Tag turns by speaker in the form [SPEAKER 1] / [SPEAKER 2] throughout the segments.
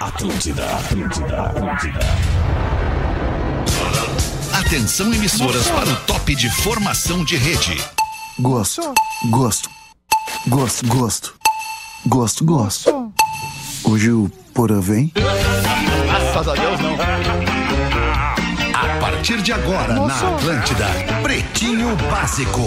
[SPEAKER 1] Atlântida, Atlântida, Atlântida.
[SPEAKER 2] Atenção emissoras para o top de formação de rede.
[SPEAKER 3] Gosto, gosto, gosto, gosto, gosto, gosto. Hoje o Porã vem.
[SPEAKER 4] Graças a Deus, não.
[SPEAKER 2] A partir de agora na Atlântida, Pretinho Básico,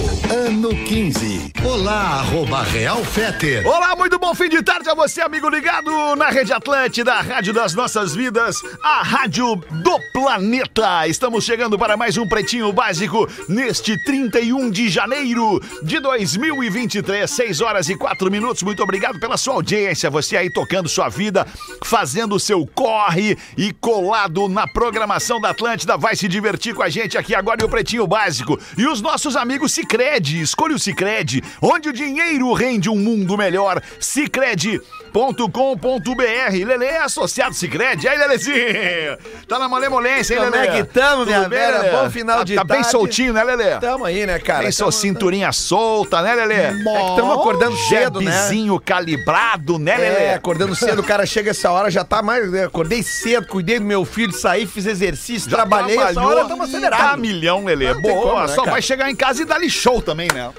[SPEAKER 2] ano 15. Olá, arroba Real Feter.
[SPEAKER 4] Olá, muito bom fim de tarde a você, amigo ligado na Rede Atlântida, a rádio das nossas vidas, a rádio do planeta. Estamos chegando para mais um Pretinho Básico neste 31 de janeiro de 2023, 6 horas e 4 minutos. Muito obrigado pela sua audiência, você aí tocando sua vida, fazendo o seu corre e colado na programação da Atlântida. Vai se divertir com a gente aqui agora e o Pretinho Básico. E os nossos amigos Cicred, escolha o Cicred, onde o dinheiro rende um mundo melhor. Cicred.com.br. Lele é associado Cicred. Aí, Lelezinho? Tá na malemolência, hein,
[SPEAKER 5] Como
[SPEAKER 4] Lele?
[SPEAKER 5] é que tamo, minha
[SPEAKER 4] Tudo bem,
[SPEAKER 5] velha?
[SPEAKER 4] Lelê?
[SPEAKER 5] Bom final
[SPEAKER 4] Tá-
[SPEAKER 5] de
[SPEAKER 4] Tá bem
[SPEAKER 5] tarde.
[SPEAKER 4] soltinho, né, Lele?
[SPEAKER 5] Tamo aí, né, cara?
[SPEAKER 4] Tem sua
[SPEAKER 5] Tamo-
[SPEAKER 4] cinturinha solta, né, Lelê?
[SPEAKER 5] É que tamo acordando cedo, né?
[SPEAKER 4] Jabzinho calibrado, né, Lelê?
[SPEAKER 5] É, acordando cedo, o cara chega essa hora, já tá mais. né? Acordei cedo, cuidei do meu filho, saí, fiz exercício,
[SPEAKER 4] Já
[SPEAKER 5] trabalhei. Essa
[SPEAKER 4] trabalhou
[SPEAKER 5] hora tamo
[SPEAKER 4] Tá
[SPEAKER 5] acelerado.
[SPEAKER 4] milhão, Lelê.
[SPEAKER 5] Não tem
[SPEAKER 4] Boa,
[SPEAKER 5] como, né,
[SPEAKER 4] só
[SPEAKER 5] cara?
[SPEAKER 4] vai chegar em casa e dar-lhe show também, né?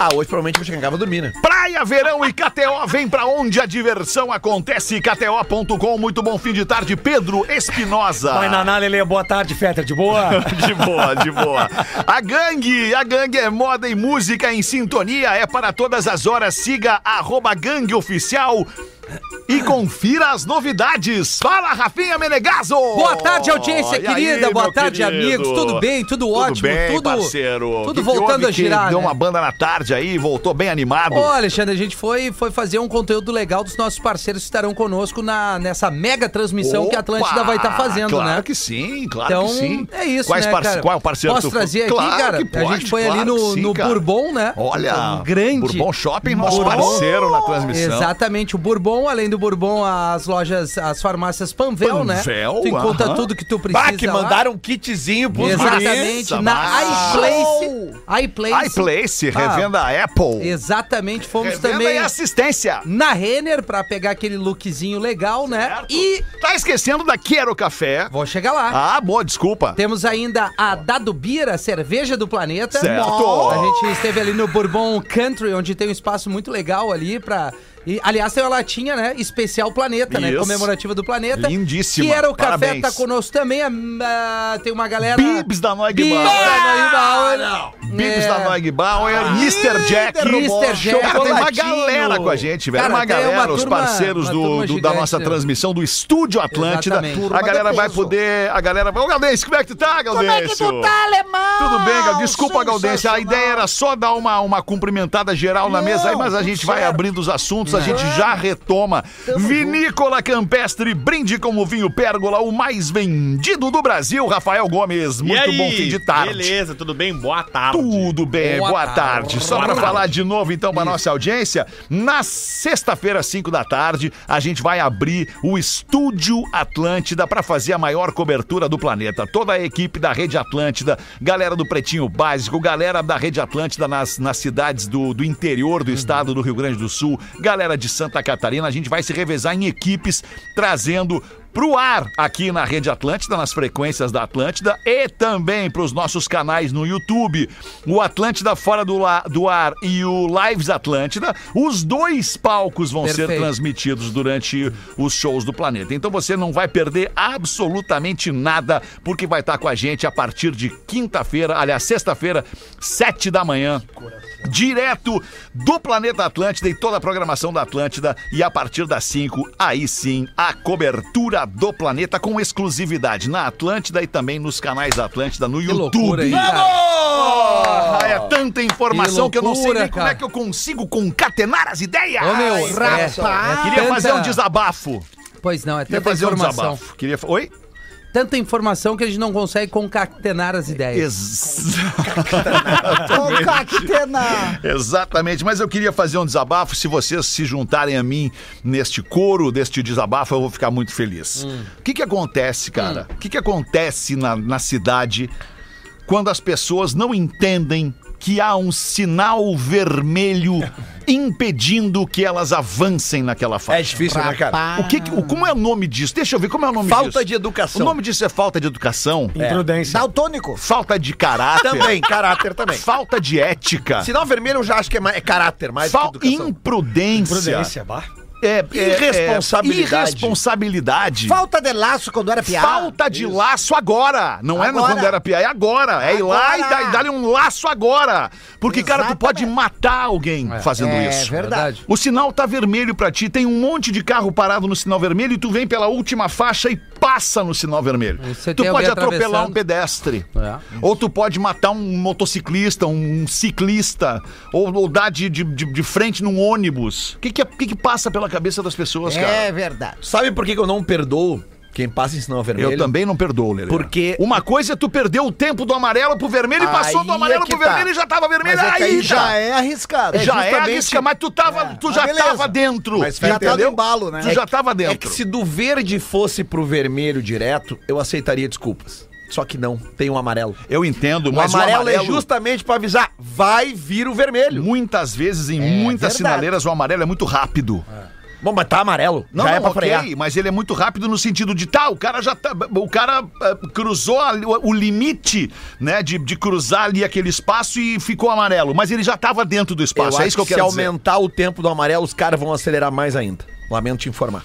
[SPEAKER 5] Ah, hoje provavelmente eu vou chegar em casa e vou dormir, né?
[SPEAKER 4] Praia, verão e KTO, vem pra onde a diversão acontece. KTO.com, muito bom fim de tarde. Pedro Espinosa.
[SPEAKER 6] Oi, é Naná, Lele, boa tarde, Feta, de boa?
[SPEAKER 4] De boa, de boa. A gangue, a gangue é moda e música em sintonia, é para todas as horas. Siga arroba gangue oficial e confira as novidades. Fala, Rafinha Menegaso!
[SPEAKER 7] Boa tarde, audiência
[SPEAKER 4] E aí,
[SPEAKER 7] querida. Boa
[SPEAKER 4] meu
[SPEAKER 7] tarde,
[SPEAKER 4] querido?
[SPEAKER 7] amigos. Tudo bem? Tudo, ótimo?
[SPEAKER 4] bem,
[SPEAKER 7] tudo
[SPEAKER 4] parceiro? Que
[SPEAKER 7] tudo
[SPEAKER 4] que
[SPEAKER 7] voltando
[SPEAKER 4] houve
[SPEAKER 7] a
[SPEAKER 4] que
[SPEAKER 7] girar.
[SPEAKER 4] Deu
[SPEAKER 7] né?
[SPEAKER 4] uma banda na tarde aí, voltou bem animado.
[SPEAKER 7] Ô, Alexandre, a gente foi, foi fazer um conteúdo legal dos nossos parceiros que estarão conosco na, nessa mega transmissão é que a Atlântida
[SPEAKER 4] Opa!
[SPEAKER 7] vai estar fazendo,
[SPEAKER 4] claro
[SPEAKER 7] né?
[SPEAKER 4] que sim, claro
[SPEAKER 7] Então,
[SPEAKER 4] que sim.
[SPEAKER 7] é isso,
[SPEAKER 4] Quais
[SPEAKER 7] né,
[SPEAKER 4] parce-
[SPEAKER 7] cara?
[SPEAKER 4] Qual é o parceiro
[SPEAKER 7] Posso
[SPEAKER 4] que tu foi?
[SPEAKER 7] trazer aqui,
[SPEAKER 4] Claro
[SPEAKER 7] cara?
[SPEAKER 4] que
[SPEAKER 7] A gente
[SPEAKER 4] pode,
[SPEAKER 7] foi ali
[SPEAKER 4] claro
[SPEAKER 7] no-
[SPEAKER 4] que sim,
[SPEAKER 7] no
[SPEAKER 4] cara.
[SPEAKER 7] Bourbon, né?
[SPEAKER 4] Olha,
[SPEAKER 7] Um grande-
[SPEAKER 4] Bourbon Shopping, nosso
[SPEAKER 7] Bourbon.
[SPEAKER 4] parceiro na transmissão.
[SPEAKER 7] Exatamente, o Bourbon, além do Bourbon, as lojas, as farmácias Panvel, né?
[SPEAKER 4] Panvel,
[SPEAKER 7] Tu encontra
[SPEAKER 4] aham.
[SPEAKER 7] tudo que tu precisa.
[SPEAKER 5] Bah, que
[SPEAKER 7] lá.
[SPEAKER 5] mandaram um kitzinho pros guris.
[SPEAKER 7] Exatamente,
[SPEAKER 4] Nossa,
[SPEAKER 7] na
[SPEAKER 4] massa.
[SPEAKER 7] iPlace. iPlace.
[SPEAKER 4] iPlace,
[SPEAKER 7] Ah.
[SPEAKER 4] revenda Apple.
[SPEAKER 7] Exatamente, fomos
[SPEAKER 4] Revenda é assim.
[SPEAKER 7] também Né?
[SPEAKER 4] e assistência.
[SPEAKER 7] na Renner pra pegar aquele lookzinho legal, né?
[SPEAKER 4] Certo?
[SPEAKER 7] E
[SPEAKER 4] Tá esquecendo da Quero Café.
[SPEAKER 7] vou chegar lá.
[SPEAKER 4] Ah, boa, desculpa.
[SPEAKER 7] Temos ainda a Dado Beer, a cerveja do planeta.
[SPEAKER 4] Certo.
[SPEAKER 7] A gente esteve ali no Bourbon Country, onde tem um espaço muito legal ali pra. E, aliás, tem uma latinha, né? Especial Planeta, né?
[SPEAKER 4] Isso.
[SPEAKER 7] Comemorativa do planeta.
[SPEAKER 4] Lindíssima.
[SPEAKER 7] Que era o café,
[SPEAKER 4] Parabéns.
[SPEAKER 7] tá conosco também. ah, tem uma galera.
[SPEAKER 4] Bibs da Neugbauer.
[SPEAKER 7] Bibs da Neugbauer.
[SPEAKER 4] Bibs
[SPEAKER 7] É.
[SPEAKER 4] da Neugbauer, Mr. Jack.
[SPEAKER 7] Mr. Jack.
[SPEAKER 4] Cara, tem uma
[SPEAKER 7] Chocolatinho.
[SPEAKER 4] galera com a gente, velho.
[SPEAKER 7] Cara,
[SPEAKER 4] uma
[SPEAKER 7] tem uma
[SPEAKER 4] galera, os
[SPEAKER 7] turma-
[SPEAKER 4] parceiros
[SPEAKER 7] uma
[SPEAKER 4] do- do-
[SPEAKER 7] turma
[SPEAKER 4] da
[SPEAKER 7] gigante,
[SPEAKER 4] nossa
[SPEAKER 7] né?
[SPEAKER 4] transmissão do Estúdio Atlântida.
[SPEAKER 7] Exatamente.
[SPEAKER 4] A
[SPEAKER 7] Turma
[SPEAKER 4] galera
[SPEAKER 5] do
[SPEAKER 4] vai
[SPEAKER 5] peso.
[SPEAKER 4] poder. A galera vai. Ô, Galdêncio, como é que tu tá, Galdêncio? Como é que tu tá, alemão? Tudo bem, Galdêncio. Desculpa, Galdêncio. A ideia era só dar uma, uma cumprimentada geral na mesa aí, mas a gente vai abrindo os assuntos, a gente já retoma. Vinícola Campestre, brinde como vinho Pérgola, o mais vendido do Brasil, Rafael Gomes. Muito
[SPEAKER 8] E aí?
[SPEAKER 4] bom fim de tarde.
[SPEAKER 8] Beleza, tudo bem? Boa tarde.
[SPEAKER 4] Tudo bem, boa,
[SPEAKER 7] Boa
[SPEAKER 4] tarde.
[SPEAKER 7] tarde.
[SPEAKER 4] Só para falar de novo, então, para nossa audiência, na sexta-feira, 5 da tarde, a gente vai abrir o Estúdio Atlântida para fazer a maior cobertura do planeta. Toda a equipe da Rede Atlântida, galera do Pretinho Básico, galera da Rede Atlântida nas, nas cidades do, do interior do estado do Rio Grande do Sul, galera de Santa Catarina, a gente vai se revezar em equipes trazendo pro ar aqui na Rede Atlântida, nas frequências da Atlântida e também para os nossos canais no YouTube, o Atlântida Fora do, La- do Ar e o Lives Atlântida. Os dois palcos vão ser
[SPEAKER 7] Perfeito.
[SPEAKER 4] transmitidos durante os shows do planeta. Então você não vai perder absolutamente nada, porque vai estar com a gente a partir de quinta-feira, aliás, sexta-feira, sete da manhã direto do planeta Atlântida e toda a programação da Atlântida. E a partir das 5, aí sim, a cobertura do planeta com exclusividade na Atlântida e também nos canais da Atlântida no
[SPEAKER 7] Que
[SPEAKER 4] YouTube.
[SPEAKER 7] loucura aí, cara.
[SPEAKER 4] Ah, é tanta informação que, eu não sei nem
[SPEAKER 7] loucura,
[SPEAKER 4] como é
[SPEAKER 7] cara.
[SPEAKER 4] que eu consigo concatenar as ideias.
[SPEAKER 7] Ô, meu,
[SPEAKER 4] rapaz.
[SPEAKER 7] é
[SPEAKER 4] Queria
[SPEAKER 7] tanta-
[SPEAKER 4] fazer um desabafo.
[SPEAKER 7] Pois não, é
[SPEAKER 4] Queria
[SPEAKER 7] tanta
[SPEAKER 4] fazer um
[SPEAKER 7] informação.
[SPEAKER 4] desabafo. Queria... fa- Oi?
[SPEAKER 7] tanta informação que a gente não consegue concatenar as ideias.
[SPEAKER 4] Ex-
[SPEAKER 5] Concatena.
[SPEAKER 4] Exatamente, mas eu queria fazer um desabafo. Se vocês se juntarem a mim neste coro deste desabafo, eu vou ficar muito feliz. O que, que acontece, cara? O que, que acontece na, na cidade quando as pessoas não entendem que há um sinal vermelho impedindo que elas avancem naquela faixa.
[SPEAKER 5] É difícil, né, cara?
[SPEAKER 4] O que, que- o- como é o nome disso? Deixa eu ver como é o nome
[SPEAKER 5] Falta
[SPEAKER 4] disso.
[SPEAKER 5] de educação. É.
[SPEAKER 4] O nome é disso é falta de educação,
[SPEAKER 6] Imprudência.
[SPEAKER 8] Daltônico.
[SPEAKER 4] falta de caráter,
[SPEAKER 5] Também, caráter também.
[SPEAKER 4] falta de ética,
[SPEAKER 5] Sinal vermelho eu já acho que é, mais, é caráter, mais
[SPEAKER 4] fal-
[SPEAKER 5] do que educação.
[SPEAKER 4] imprudência,
[SPEAKER 6] Imprudência, bah.
[SPEAKER 4] é- é-
[SPEAKER 5] Irresponsabilidade.
[SPEAKER 4] é, irresponsabilidade.
[SPEAKER 8] Falta de laço quando era piada.
[SPEAKER 4] Falta de laço agora. Não é no
[SPEAKER 8] Agora.
[SPEAKER 4] quando era piá, é agora. É ir lá e
[SPEAKER 8] Agora.
[SPEAKER 4] dar- e dar-lhe um laço agora. Porque, cara, tu pode matar alguém fazendo
[SPEAKER 8] É
[SPEAKER 4] isso.
[SPEAKER 8] verdade.
[SPEAKER 4] O sinal tá vermelho pra ti, tem um monte de carro parado no sinal vermelho e tu vem pela última faixa e passa no sinal vermelho.
[SPEAKER 7] Você
[SPEAKER 4] Tu
[SPEAKER 7] tem
[SPEAKER 4] pode
[SPEAKER 7] alguém
[SPEAKER 4] atropelar um
[SPEAKER 7] atravessando.
[SPEAKER 4] pedestre.
[SPEAKER 7] É.
[SPEAKER 4] Ou tu pode matar um motociclista, um ciclista, ou, ou dar de, de, de- de frente num ônibus. O que que, é- o que que passa pela cabeça das pessoas, cara?
[SPEAKER 8] É verdade.
[SPEAKER 5] Sabe por que que eu não perdoo quem passa em sinal vermelho?
[SPEAKER 4] Eu também não perdoo, Lelê.
[SPEAKER 5] Porque-
[SPEAKER 4] Uma coisa é tu perdeu o tempo do amarelo pro vermelho e passou
[SPEAKER 5] Aí
[SPEAKER 4] do amarelo
[SPEAKER 5] é que
[SPEAKER 4] pro
[SPEAKER 5] tá.
[SPEAKER 4] vermelho e já tava vermelho.
[SPEAKER 5] Mas é que
[SPEAKER 4] aí,
[SPEAKER 5] aí
[SPEAKER 4] já,
[SPEAKER 8] Já é
[SPEAKER 4] já
[SPEAKER 8] arriscado.
[SPEAKER 4] é a
[SPEAKER 5] justamente- É.
[SPEAKER 4] risca, mas tu, tava, tu já
[SPEAKER 8] Mas beleza.
[SPEAKER 4] tava dentro.
[SPEAKER 5] Mas
[SPEAKER 8] Já tá no
[SPEAKER 5] Entendeu?
[SPEAKER 8] embalo, né?
[SPEAKER 4] Tu já tava dentro.
[SPEAKER 5] É que se do verde fosse pro vermelho direto, eu aceitaria desculpas. Só que não, tem um amarelo.
[SPEAKER 4] Eu entendo,
[SPEAKER 5] O
[SPEAKER 4] mas
[SPEAKER 5] amarelo,
[SPEAKER 4] o amarelo
[SPEAKER 5] é justamente pra avisar, vai vir o vermelho.
[SPEAKER 4] Muitas vezes,
[SPEAKER 5] É
[SPEAKER 4] em muitas
[SPEAKER 8] verdade.
[SPEAKER 4] sinaleiras, o amarelo é muito rápido.
[SPEAKER 5] Bom, mas tá amarelo.
[SPEAKER 4] Não,
[SPEAKER 5] já
[SPEAKER 4] não,
[SPEAKER 5] é pra
[SPEAKER 4] ok,
[SPEAKER 5] frear.
[SPEAKER 4] mas ele é muito rápido no sentido de tá, o cara já tá, o cara eh, cruzou ali o, o limite, né, de, de cruzar ali aquele espaço e ficou amarelo, mas ele já tava dentro do
[SPEAKER 5] Eu
[SPEAKER 4] espaço, é
[SPEAKER 5] acho
[SPEAKER 4] isso que eu
[SPEAKER 5] que
[SPEAKER 4] quero
[SPEAKER 5] se
[SPEAKER 4] dizer.
[SPEAKER 5] aumentar o tempo do amarelo, os caras vão acelerar mais ainda. Lamento te informar.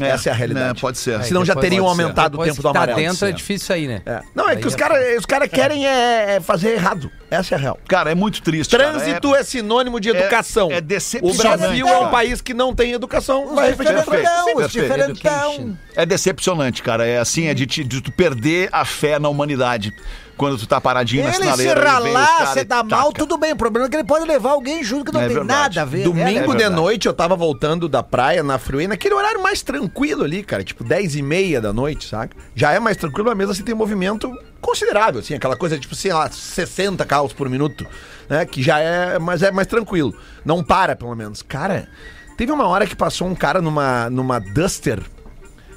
[SPEAKER 4] É,
[SPEAKER 5] Essa é a realidade.
[SPEAKER 4] né, pode ser.
[SPEAKER 5] Senão
[SPEAKER 4] É,
[SPEAKER 5] já
[SPEAKER 4] depois
[SPEAKER 5] teriam
[SPEAKER 4] pode ser.
[SPEAKER 5] aumentado o
[SPEAKER 7] Depois
[SPEAKER 5] tempo
[SPEAKER 7] que
[SPEAKER 5] do
[SPEAKER 7] tá
[SPEAKER 5] amarelo.
[SPEAKER 7] dentro é difícil aí, né?
[SPEAKER 5] É. Não, é que os caras os cara querem é, é fazer errado. Essa é a real.
[SPEAKER 4] Cara, é muito triste.
[SPEAKER 5] Trânsito é, sinônimo de educação.
[SPEAKER 4] é
[SPEAKER 5] o
[SPEAKER 4] decepcionante,
[SPEAKER 5] Brasil é um
[SPEAKER 4] cara.
[SPEAKER 5] país que não tem educação.
[SPEAKER 7] é
[SPEAKER 8] Os
[SPEAKER 5] Vai refletir na frente.
[SPEAKER 8] diferentão, os
[SPEAKER 4] Perfeito.
[SPEAKER 8] diferentão.
[SPEAKER 4] É, é decepcionante, cara. É assim, é de, te- de tu perder a fé na humanidade. Quando tu tá paradinho na
[SPEAKER 8] Ele se
[SPEAKER 4] sinaleira. vem os
[SPEAKER 8] ralar,
[SPEAKER 4] cara
[SPEAKER 8] você
[SPEAKER 4] e
[SPEAKER 8] dá mal,
[SPEAKER 4] taca.
[SPEAKER 8] tudo bem. O problema é que ele pode levar alguém junto que não
[SPEAKER 4] É
[SPEAKER 8] tem
[SPEAKER 4] verdade.
[SPEAKER 8] nada a ver.
[SPEAKER 4] É
[SPEAKER 5] Domingo de
[SPEAKER 4] verdade.
[SPEAKER 5] noite eu tava voltando da praia na Freeway, naquele horário mais tranquilo ali, cara, tipo 10 e meia da noite, saca? Já é mais tranquilo, mas mesmo assim tem movimento considerável, assim, aquela coisa tipo, sei lá, 60 carros por minuto, né? Que já é, mas é mais tranquilo. Não para, pelo menos. Cara, teve uma hora que passou um cara numa, numa Duster.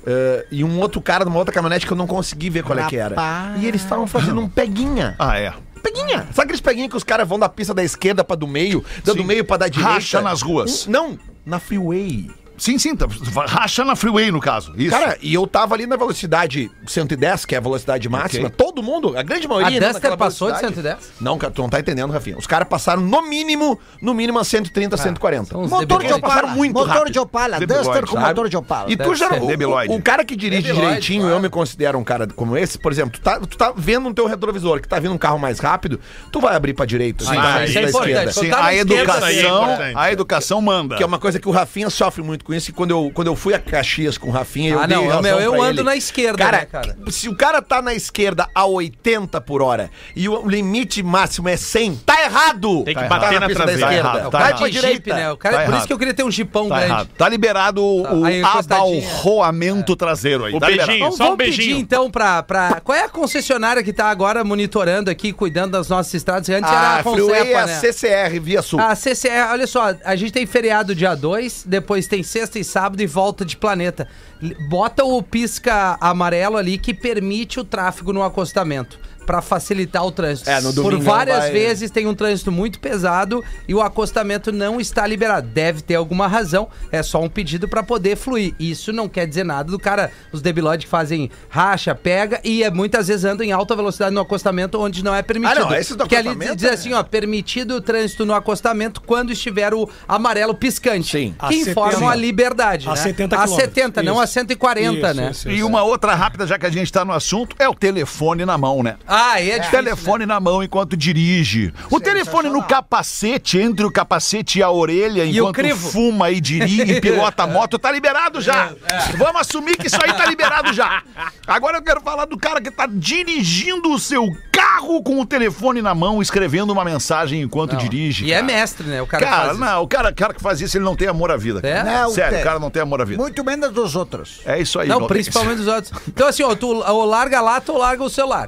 [SPEAKER 5] eh, e um outro cara numa outra caminhonete que eu não consegui ver qual é que era.
[SPEAKER 8] Rapaz.
[SPEAKER 5] E eles estavam fazendo um peguinha.
[SPEAKER 4] Ah, é.
[SPEAKER 5] Peguinha. Sabe aqueles peguinhos que os caras vão da pista da esquerda pra do meio, da do
[SPEAKER 4] Sim.
[SPEAKER 5] meio pra da direita?
[SPEAKER 4] Racha nas ruas.
[SPEAKER 5] Um- não, na freeway.
[SPEAKER 4] Sim, sim. Tá, racha na freeway, no caso. Isso.
[SPEAKER 5] Cara, e eu tava ali na velocidade 110, que é a velocidade máxima.
[SPEAKER 4] Ok.
[SPEAKER 5] Todo mundo, a grande
[SPEAKER 7] A
[SPEAKER 5] maioria... né, naquela
[SPEAKER 7] Duster passou de
[SPEAKER 5] velocidade.
[SPEAKER 7] 110?
[SPEAKER 5] Não, cara, tu não tá entendendo, Rafinha. Os caras passaram no mínimo, no mínimo a 130, 140.
[SPEAKER 7] são uns
[SPEAKER 8] É. Motor de
[SPEAKER 7] Eles
[SPEAKER 8] Opala,
[SPEAKER 5] passaram muito
[SPEAKER 8] motor
[SPEAKER 5] rápido.
[SPEAKER 8] de Opala,
[SPEAKER 4] Debeloide,
[SPEAKER 8] Duster com
[SPEAKER 4] sabe?
[SPEAKER 8] um motor de Opala.
[SPEAKER 5] E tu
[SPEAKER 7] Deve
[SPEAKER 5] já.
[SPEAKER 7] ser.
[SPEAKER 5] o-
[SPEAKER 4] Debeloide.
[SPEAKER 5] O, o cara que dirige
[SPEAKER 7] Debeloide,
[SPEAKER 5] direitinho,
[SPEAKER 7] claro.
[SPEAKER 5] eu me considero um cara como esse, por exemplo, tu tá, tu tá vendo no teu retrovisor que tá vindo um carro mais rápido, tu vai abrir pra direita,
[SPEAKER 4] Sim,
[SPEAKER 5] tu vai
[SPEAKER 4] ah,
[SPEAKER 5] abrir
[SPEAKER 4] isso é
[SPEAKER 5] pra
[SPEAKER 7] importante.
[SPEAKER 5] esquerda.
[SPEAKER 4] Sim,
[SPEAKER 7] Tá na
[SPEAKER 4] a
[SPEAKER 7] esquerda,
[SPEAKER 9] isso é
[SPEAKER 4] educação,
[SPEAKER 9] importante.
[SPEAKER 4] a educação manda.
[SPEAKER 5] Que é uma coisa que o Rafinha sofre muito com isso. E quando eu, quando eu fui a Caxias com o Rafinha, eu
[SPEAKER 7] Ah,
[SPEAKER 5] dei
[SPEAKER 7] não,
[SPEAKER 5] razão
[SPEAKER 7] meu, eu
[SPEAKER 5] pra
[SPEAKER 7] ando
[SPEAKER 5] ele.
[SPEAKER 7] na esquerda,
[SPEAKER 5] cara,
[SPEAKER 7] né, cara?
[SPEAKER 5] Se o cara tá na esquerda a 80 por hora e o limite máximo é 100, tá errado!
[SPEAKER 9] Tem que
[SPEAKER 5] Tá
[SPEAKER 9] bater
[SPEAKER 5] errado.
[SPEAKER 9] na
[SPEAKER 5] Tá pista
[SPEAKER 9] traseira.
[SPEAKER 5] Da
[SPEAKER 4] Tá
[SPEAKER 5] esquerda.
[SPEAKER 4] errado, tá
[SPEAKER 5] Vai
[SPEAKER 4] errado.
[SPEAKER 5] pra
[SPEAKER 7] é de
[SPEAKER 5] direita.
[SPEAKER 7] Jeep, né? O cara,
[SPEAKER 4] Tá
[SPEAKER 7] por
[SPEAKER 4] errado.
[SPEAKER 7] isso que eu queria ter um jipão
[SPEAKER 4] Tá
[SPEAKER 7] grande.
[SPEAKER 4] errado. Tá liberado o,
[SPEAKER 7] Tá.
[SPEAKER 4] o
[SPEAKER 7] Aí, encostadinha.
[SPEAKER 4] abalroamento traseiro aí.
[SPEAKER 9] O
[SPEAKER 4] tá liberado.
[SPEAKER 9] beijinho.
[SPEAKER 7] Vamos,
[SPEAKER 9] Só um
[SPEAKER 7] vamos pedir
[SPEAKER 9] beijinho.
[SPEAKER 7] então pra, pra. Qual é a concessionária que tá agora monitorando aqui, cuidando das nossas estradas? Antes era
[SPEAKER 5] A
[SPEAKER 7] a
[SPEAKER 5] Freeway é
[SPEAKER 7] Concepa,
[SPEAKER 5] a
[SPEAKER 7] né?
[SPEAKER 5] CCR via sul.
[SPEAKER 7] A CCR, é, olha só, a gente tem feriado dia 2, depois tem sexta e sábado e volta de planeta. L- Bota o pisca amarelo ali que permite o tráfego no acostamento. Pra facilitar o trânsito.
[SPEAKER 5] É, no
[SPEAKER 7] Por
[SPEAKER 5] domingão
[SPEAKER 7] várias
[SPEAKER 5] vai-
[SPEAKER 7] vezes tem um trânsito muito pesado e o acostamento não está liberado. Deve ter alguma razão, é só um pedido pra poder fluir. Isso não quer dizer nada do cara, os debilóides que fazem racha, pega e é, muitas vezes andam em alta velocidade no acostamento onde não é permitido.
[SPEAKER 5] Ah, esses do
[SPEAKER 7] Porque ali
[SPEAKER 5] acostamento
[SPEAKER 7] diz assim, ó, permitido o trânsito no acostamento quando estiver o amarelo piscante.
[SPEAKER 5] Sim.
[SPEAKER 6] A
[SPEAKER 7] Que
[SPEAKER 6] 70.
[SPEAKER 7] informam a liberdade,
[SPEAKER 6] A
[SPEAKER 7] né?
[SPEAKER 6] 70
[SPEAKER 7] A
[SPEAKER 6] quilômetros.
[SPEAKER 7] 70, não
[SPEAKER 6] Isso.
[SPEAKER 7] a 140,
[SPEAKER 6] Isso,
[SPEAKER 7] né?
[SPEAKER 6] isso,
[SPEAKER 4] E
[SPEAKER 6] isso.
[SPEAKER 4] uma outra rápida, já que a gente tá no assunto, é o telefone na mão, né?
[SPEAKER 7] Ah, e é, difícil, né?
[SPEAKER 4] telefone na mão enquanto dirige. O telefone no capacete, entre o capacete e a orelha,
[SPEAKER 7] E o
[SPEAKER 4] enquanto
[SPEAKER 7] crivo.
[SPEAKER 4] fuma e dirige e pilota a moto, tá liberado já.
[SPEAKER 7] É,
[SPEAKER 4] Vamos assumir que isso aí tá liberado já. Agora eu quero falar do cara que tá dirigindo o seu carro com o telefone na mão, escrevendo uma mensagem enquanto
[SPEAKER 7] Não.
[SPEAKER 4] dirige.
[SPEAKER 7] E é
[SPEAKER 4] cara.
[SPEAKER 7] mestre, né? O cara,
[SPEAKER 4] Cara,
[SPEAKER 7] que faz isso.
[SPEAKER 4] não, o cara, cara que faz isso, ele não tem amor à vida.
[SPEAKER 7] É?
[SPEAKER 4] cara.
[SPEAKER 8] Não
[SPEAKER 4] Sério,
[SPEAKER 8] tem.
[SPEAKER 4] o cara não tem amor à vida.
[SPEAKER 8] Muito menos dos outros.
[SPEAKER 4] É isso aí.
[SPEAKER 7] Não,
[SPEAKER 4] Valdez.
[SPEAKER 7] principalmente os outros. Então, assim, ó, tu ou larga a lata ou larga o celular.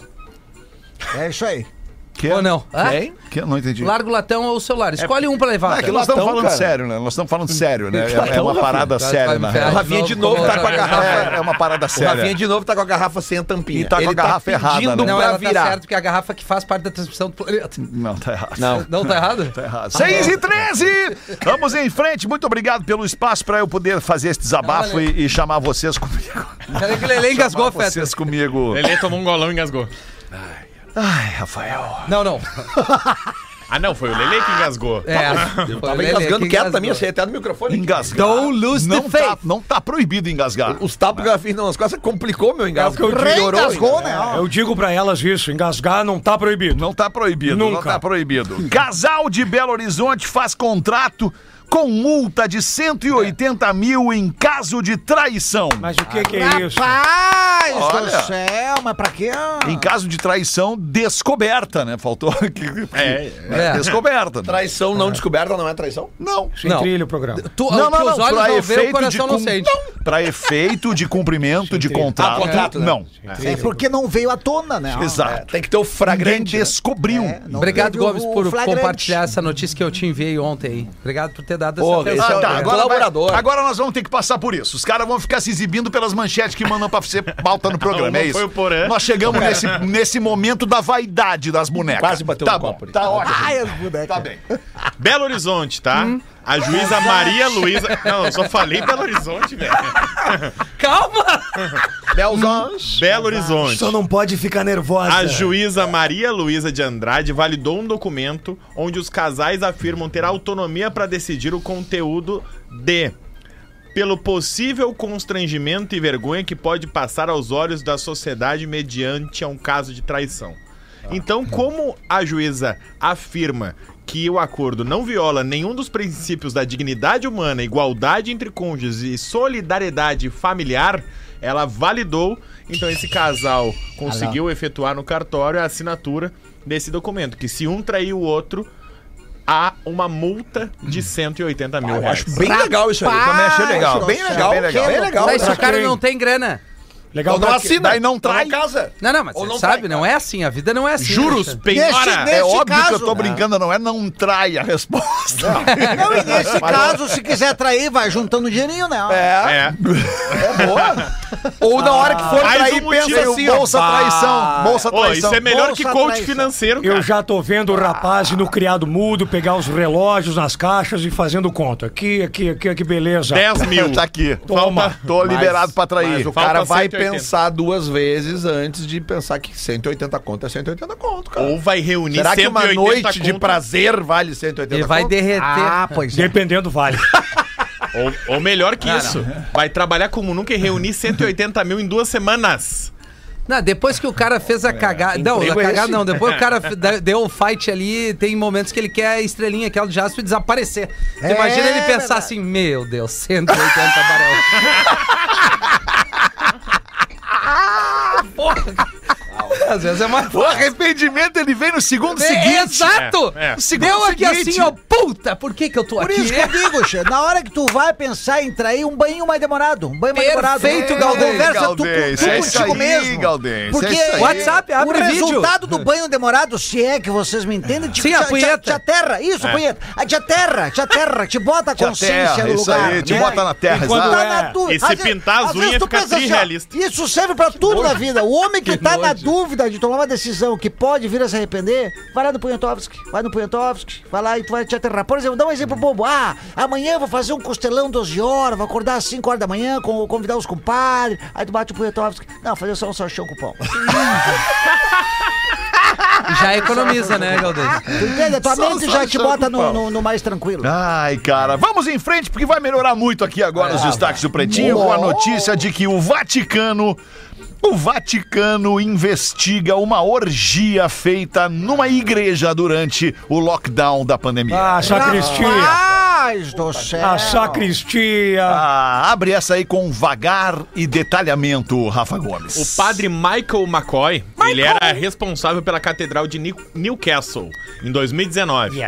[SPEAKER 8] É isso aí.
[SPEAKER 4] Que?
[SPEAKER 7] Ou não? Hã?
[SPEAKER 5] Tem?
[SPEAKER 4] Que? Não entendi.
[SPEAKER 7] Larga o latão ou o celular. Escolhe um pra levar.
[SPEAKER 4] Ah, é que nós estamos
[SPEAKER 5] Latão,
[SPEAKER 4] falando
[SPEAKER 5] cara.
[SPEAKER 4] sério, né? Nós estamos falando sério, né? É- É
[SPEAKER 5] Latão,
[SPEAKER 4] uma
[SPEAKER 5] Rafinha.
[SPEAKER 4] parada
[SPEAKER 7] Vai-
[SPEAKER 4] séria,
[SPEAKER 7] vai
[SPEAKER 4] na
[SPEAKER 7] me ferrar.
[SPEAKER 4] real.
[SPEAKER 5] Rafinha de novo
[SPEAKER 7] como
[SPEAKER 5] tá com a
[SPEAKER 7] outra vez.
[SPEAKER 5] garrafa.
[SPEAKER 4] É, é uma parada
[SPEAKER 5] O Rafinha
[SPEAKER 4] séria.
[SPEAKER 5] de novo tá com a garrafa sem a tampinha.
[SPEAKER 4] E tá com a garrafa errada,
[SPEAKER 5] pedindo
[SPEAKER 4] né?
[SPEAKER 7] Não,
[SPEAKER 5] pra
[SPEAKER 7] ela
[SPEAKER 5] virar.
[SPEAKER 7] tá certo, porque a garrafa que faz parte da transmissão do planeta.
[SPEAKER 4] Não, tá errado.
[SPEAKER 5] Não.
[SPEAKER 7] Não, tá errado?
[SPEAKER 4] Tá errado. 6 e 13! Vamos em frente. Muito obrigado pelo espaço para eu poder fazer esse desabafo e, e chamar vocês comigo.
[SPEAKER 7] Peraí que o Lelê engasgou,
[SPEAKER 4] Chamar
[SPEAKER 7] Feta.
[SPEAKER 4] vocês comigo.
[SPEAKER 9] Lelê tomou um golão e engasgou.
[SPEAKER 4] Ai, Rafael.
[SPEAKER 7] Não, não.
[SPEAKER 9] Ah, não, foi o Lelê que engasgou.
[SPEAKER 7] É.
[SPEAKER 5] Tava engasgando quieto também, acertei no microfone.
[SPEAKER 4] Engasgar.
[SPEAKER 7] Don't lose
[SPEAKER 4] não
[SPEAKER 7] the faith.
[SPEAKER 4] Tá, não tá proibido engasgar.
[SPEAKER 5] Os tapas que ela fez nas costas complicou meu engasgo.
[SPEAKER 6] É o que eu digo.
[SPEAKER 5] Piorou,
[SPEAKER 8] Engasgou,
[SPEAKER 5] né?
[SPEAKER 8] né? Ó.
[SPEAKER 6] Eu digo pra elas isso, engasgar não tá proibido.
[SPEAKER 4] Não tá proibido. Não
[SPEAKER 6] Nunca.
[SPEAKER 4] tá proibido. Casal de Belo Horizonte faz contrato com multa de 180 mil em caso de traição.
[SPEAKER 6] Mas o que que é isso?
[SPEAKER 8] Rapaz
[SPEAKER 4] Olha.
[SPEAKER 8] do céu, mas pra quê? Ah, é
[SPEAKER 4] Em caso de traição descoberta, né? Faltou aqui.
[SPEAKER 9] É,
[SPEAKER 4] É, Descoberta.
[SPEAKER 5] Traição não descoberta não é traição?
[SPEAKER 4] Não.
[SPEAKER 6] Sem
[SPEAKER 7] Não.
[SPEAKER 6] trilha o programa.
[SPEAKER 7] Tu, não, não, os olhos não veem, o coração não
[SPEAKER 4] cum-
[SPEAKER 7] sente.
[SPEAKER 4] Não. Pra efeito de cumprimento de contrato.
[SPEAKER 5] Ah, contrato, né?
[SPEAKER 4] Não.
[SPEAKER 8] É porque não veio à tona, né?
[SPEAKER 5] É,
[SPEAKER 4] Exato.
[SPEAKER 5] tem que ter o
[SPEAKER 4] Ninguém
[SPEAKER 5] fragrante. né?
[SPEAKER 4] descobriu.
[SPEAKER 8] É, não
[SPEAKER 7] Obrigado,
[SPEAKER 8] teve o-
[SPEAKER 7] Gomes,
[SPEAKER 8] o
[SPEAKER 7] por
[SPEAKER 8] flagrante.
[SPEAKER 7] compartilhar essa notícia que eu te enviei ontem. Obrigado por ter dado essa
[SPEAKER 5] Porra,
[SPEAKER 4] Ah,
[SPEAKER 5] esse
[SPEAKER 7] atenção.
[SPEAKER 5] é
[SPEAKER 7] Ah,
[SPEAKER 5] o-
[SPEAKER 4] tá.
[SPEAKER 7] cara.
[SPEAKER 5] agora vai- colaborador.
[SPEAKER 4] agora nós vamos ter que passar por isso. Os caras vão ficar se exibindo pelas manchetes que mandam pra ser pauta no programa.
[SPEAKER 9] Não,
[SPEAKER 4] é
[SPEAKER 9] não
[SPEAKER 4] isso.
[SPEAKER 9] foi o Porã.
[SPEAKER 4] Nós chegamos nesse, nesse momento da vaidade das bonecas.
[SPEAKER 5] Quase bateu
[SPEAKER 4] tá
[SPEAKER 5] no
[SPEAKER 4] bom,
[SPEAKER 5] copo ali.
[SPEAKER 4] Tá ótimo.
[SPEAKER 8] Ai, as bonecas.
[SPEAKER 4] Tá bem.
[SPEAKER 9] Belo Horizonte, tá?
[SPEAKER 8] Hum.
[SPEAKER 9] A juíza Maria Luísa. Não, eu só falei Belo Horizonte, velho.
[SPEAKER 7] Calma!
[SPEAKER 5] Belzão.
[SPEAKER 9] Belo Horizonte.
[SPEAKER 8] Só não pode ficar nervosa.
[SPEAKER 9] A juíza Maria Luísa de Andrade validou um documento onde os casais afirmam ter autonomia para decidir o conteúdo de pelo possível constrangimento e vergonha que pode passar aos olhos da sociedade mediante a um caso de traição. Então, como a juíza afirma que o acordo não viola nenhum dos princípios da dignidade humana, igualdade entre cônjuges e solidariedade familiar, ela validou. Então, esse casal conseguiu efetuar no cartório a assinatura desse documento, que se um trair o outro, há uma multa de 180 mil reais.
[SPEAKER 5] Bem legal isso aí. Também achei legal. Bem legal. Bem legal. Bem legal.
[SPEAKER 7] Tá, esse
[SPEAKER 6] pra
[SPEAKER 7] cara
[SPEAKER 6] quem?
[SPEAKER 7] não tem grana.
[SPEAKER 6] Legal
[SPEAKER 5] não
[SPEAKER 6] pra quê?
[SPEAKER 5] assina.
[SPEAKER 4] Então, Daí não trai.
[SPEAKER 5] Não casa.
[SPEAKER 7] Não, não, mas
[SPEAKER 5] Ou
[SPEAKER 7] você
[SPEAKER 5] não
[SPEAKER 7] sabe,
[SPEAKER 5] vai,
[SPEAKER 7] não é assim. A vida não é assim.
[SPEAKER 9] Juros,
[SPEAKER 7] Alexandre.
[SPEAKER 9] penhora!
[SPEAKER 8] Nesse-
[SPEAKER 4] É
[SPEAKER 8] Neste
[SPEAKER 4] óbvio que eu
[SPEAKER 8] caso,
[SPEAKER 4] tô
[SPEAKER 8] né?
[SPEAKER 4] brincando, não é não trai a resposta.
[SPEAKER 8] Não, e nesse caso, se quiser trair, vai juntando um dinheirinho, né?
[SPEAKER 5] É,
[SPEAKER 9] É.
[SPEAKER 5] é boa. Ou na hora que for
[SPEAKER 9] Mais
[SPEAKER 5] trair,
[SPEAKER 9] um motivo.
[SPEAKER 5] pensa assim, ó.
[SPEAKER 4] bolsa traição. Bolsa
[SPEAKER 9] Ô,
[SPEAKER 4] traição.
[SPEAKER 9] isso
[SPEAKER 5] um
[SPEAKER 9] é melhor que
[SPEAKER 8] bolsa
[SPEAKER 9] coach
[SPEAKER 8] traição.
[SPEAKER 9] financeiro, cara.
[SPEAKER 6] Eu já tô vendo o rapaz no criado mudo pegar os relógios nas caixas e fazendo conta. Aqui, aqui, aqui, que beleza.
[SPEAKER 9] 10 mil.
[SPEAKER 4] Tá aqui.
[SPEAKER 6] Toma.
[SPEAKER 4] Tô liberado pra
[SPEAKER 9] mas
[SPEAKER 4] trair.
[SPEAKER 9] o
[SPEAKER 5] O cara
[SPEAKER 9] Falta
[SPEAKER 5] vai
[SPEAKER 9] 180.
[SPEAKER 5] pensar duas vezes antes de pensar que 180 conto é 180 conto, cara.
[SPEAKER 9] Ou vai reunir
[SPEAKER 5] Será que uma
[SPEAKER 9] 180
[SPEAKER 5] noite de
[SPEAKER 9] conto-
[SPEAKER 5] prazer vale 180
[SPEAKER 7] Ele vai
[SPEAKER 5] conto?
[SPEAKER 7] derreter.
[SPEAKER 8] Ah, pois é.
[SPEAKER 6] Dependendo, vale.
[SPEAKER 9] Ou, ou melhor que isso, vai trabalhar como nunca e reunir 180 mil em duas semanas.
[SPEAKER 7] Não, depois que o cara fez a cagada. Não, a
[SPEAKER 5] emprego é
[SPEAKER 7] cagada
[SPEAKER 5] esse?
[SPEAKER 7] não. Depois o cara fe- da- deu um fight ali. Tem momentos que ele quer a estrelinha, aquela do Jasper, desaparecer. Tu
[SPEAKER 8] É
[SPEAKER 7] imagina ele pensar
[SPEAKER 8] verdade.
[SPEAKER 7] assim: Meu Deus, 180 barão. Porra. Às vezes é mais
[SPEAKER 4] O arrependimento ele vem no segundo
[SPEAKER 7] É,
[SPEAKER 4] seguinte.
[SPEAKER 7] Exato!
[SPEAKER 9] É, é.
[SPEAKER 7] Deu aqui
[SPEAKER 4] seguinte.
[SPEAKER 7] assim, ó, puta, por que que eu tô
[SPEAKER 8] Por
[SPEAKER 7] aqui?
[SPEAKER 8] isso que eu digo, che, na hora que tu vai pensar em trair, um banho mais demorado. Um banho mais demorado.
[SPEAKER 7] Perfeito,
[SPEAKER 8] Tu
[SPEAKER 7] Galdês,
[SPEAKER 8] Conversa tu,
[SPEAKER 4] Galdês,
[SPEAKER 8] tu, tu
[SPEAKER 4] é isso
[SPEAKER 8] contigo
[SPEAKER 4] aí,
[SPEAKER 8] mesmo.
[SPEAKER 4] Galdês, é
[SPEAKER 8] Porque
[SPEAKER 4] isso aí.
[SPEAKER 7] WhatsApp,
[SPEAKER 8] o
[SPEAKER 7] abre vídeo.
[SPEAKER 8] resultado do banho demorado, se é que vocês me entendem, te,
[SPEAKER 7] Sim, a
[SPEAKER 8] te- te-
[SPEAKER 7] punheta.
[SPEAKER 8] te aterra. Isso, punheta. Ah, Te aterra, te aterra, te bota a
[SPEAKER 4] É. Te
[SPEAKER 8] consciência
[SPEAKER 4] aterra,
[SPEAKER 8] no
[SPEAKER 4] isso
[SPEAKER 8] lugar.
[SPEAKER 4] aí, te
[SPEAKER 8] né?
[SPEAKER 4] bota na terra,
[SPEAKER 8] E quando
[SPEAKER 4] exato.
[SPEAKER 8] tá na dúvida-
[SPEAKER 9] E se
[SPEAKER 8] às vezes-
[SPEAKER 9] pintar as
[SPEAKER 8] às vezes
[SPEAKER 9] unhas,
[SPEAKER 8] tu
[SPEAKER 9] fica
[SPEAKER 8] pensa assim, ó,
[SPEAKER 9] trirealista.
[SPEAKER 8] Isso serve pra tudo na vida. O homem que,
[SPEAKER 7] Que
[SPEAKER 8] tá na
[SPEAKER 7] nojo.
[SPEAKER 8] dúvida de tomar uma decisão que pode vir a se arrepender, vai lá no Punhetovski, vai no Punhetovski, vai lá e tu vai te aterrar. Por exemplo, dá um exemplo bobo. Ah, amanhã eu vou fazer um costelão 12 horas, vou acordar às 5 horas da manhã, com, convidar os compadres, aí tu bate o Punhetovski. Não, fazer só um salchão com pão.
[SPEAKER 7] Já economiza, né, Galdês?
[SPEAKER 8] Tu entende? A tua
[SPEAKER 4] Só um
[SPEAKER 8] mente já te
[SPEAKER 4] salchão
[SPEAKER 8] bota
[SPEAKER 4] com
[SPEAKER 8] no,
[SPEAKER 4] pão. Ah.
[SPEAKER 8] no- no mais tranquilo.
[SPEAKER 4] Ai, cara, vamos em frente porque vai melhorar muito aqui agora
[SPEAKER 8] Ah,
[SPEAKER 4] os destaques do Pretinho com a notícia de que o Vaticano. O Vaticano investiga uma orgia feita numa igreja durante o lockdown da pandemia.
[SPEAKER 8] Ah.
[SPEAKER 6] A sacristia.
[SPEAKER 8] Rapaz do céu.
[SPEAKER 6] A sacristia.
[SPEAKER 4] Ah, abre essa aí com vagar e detalhamento, Rafa Gomes.
[SPEAKER 9] O padre Michael McCoy, ele era responsável pela catedral de Ni- Newcastle em 2019.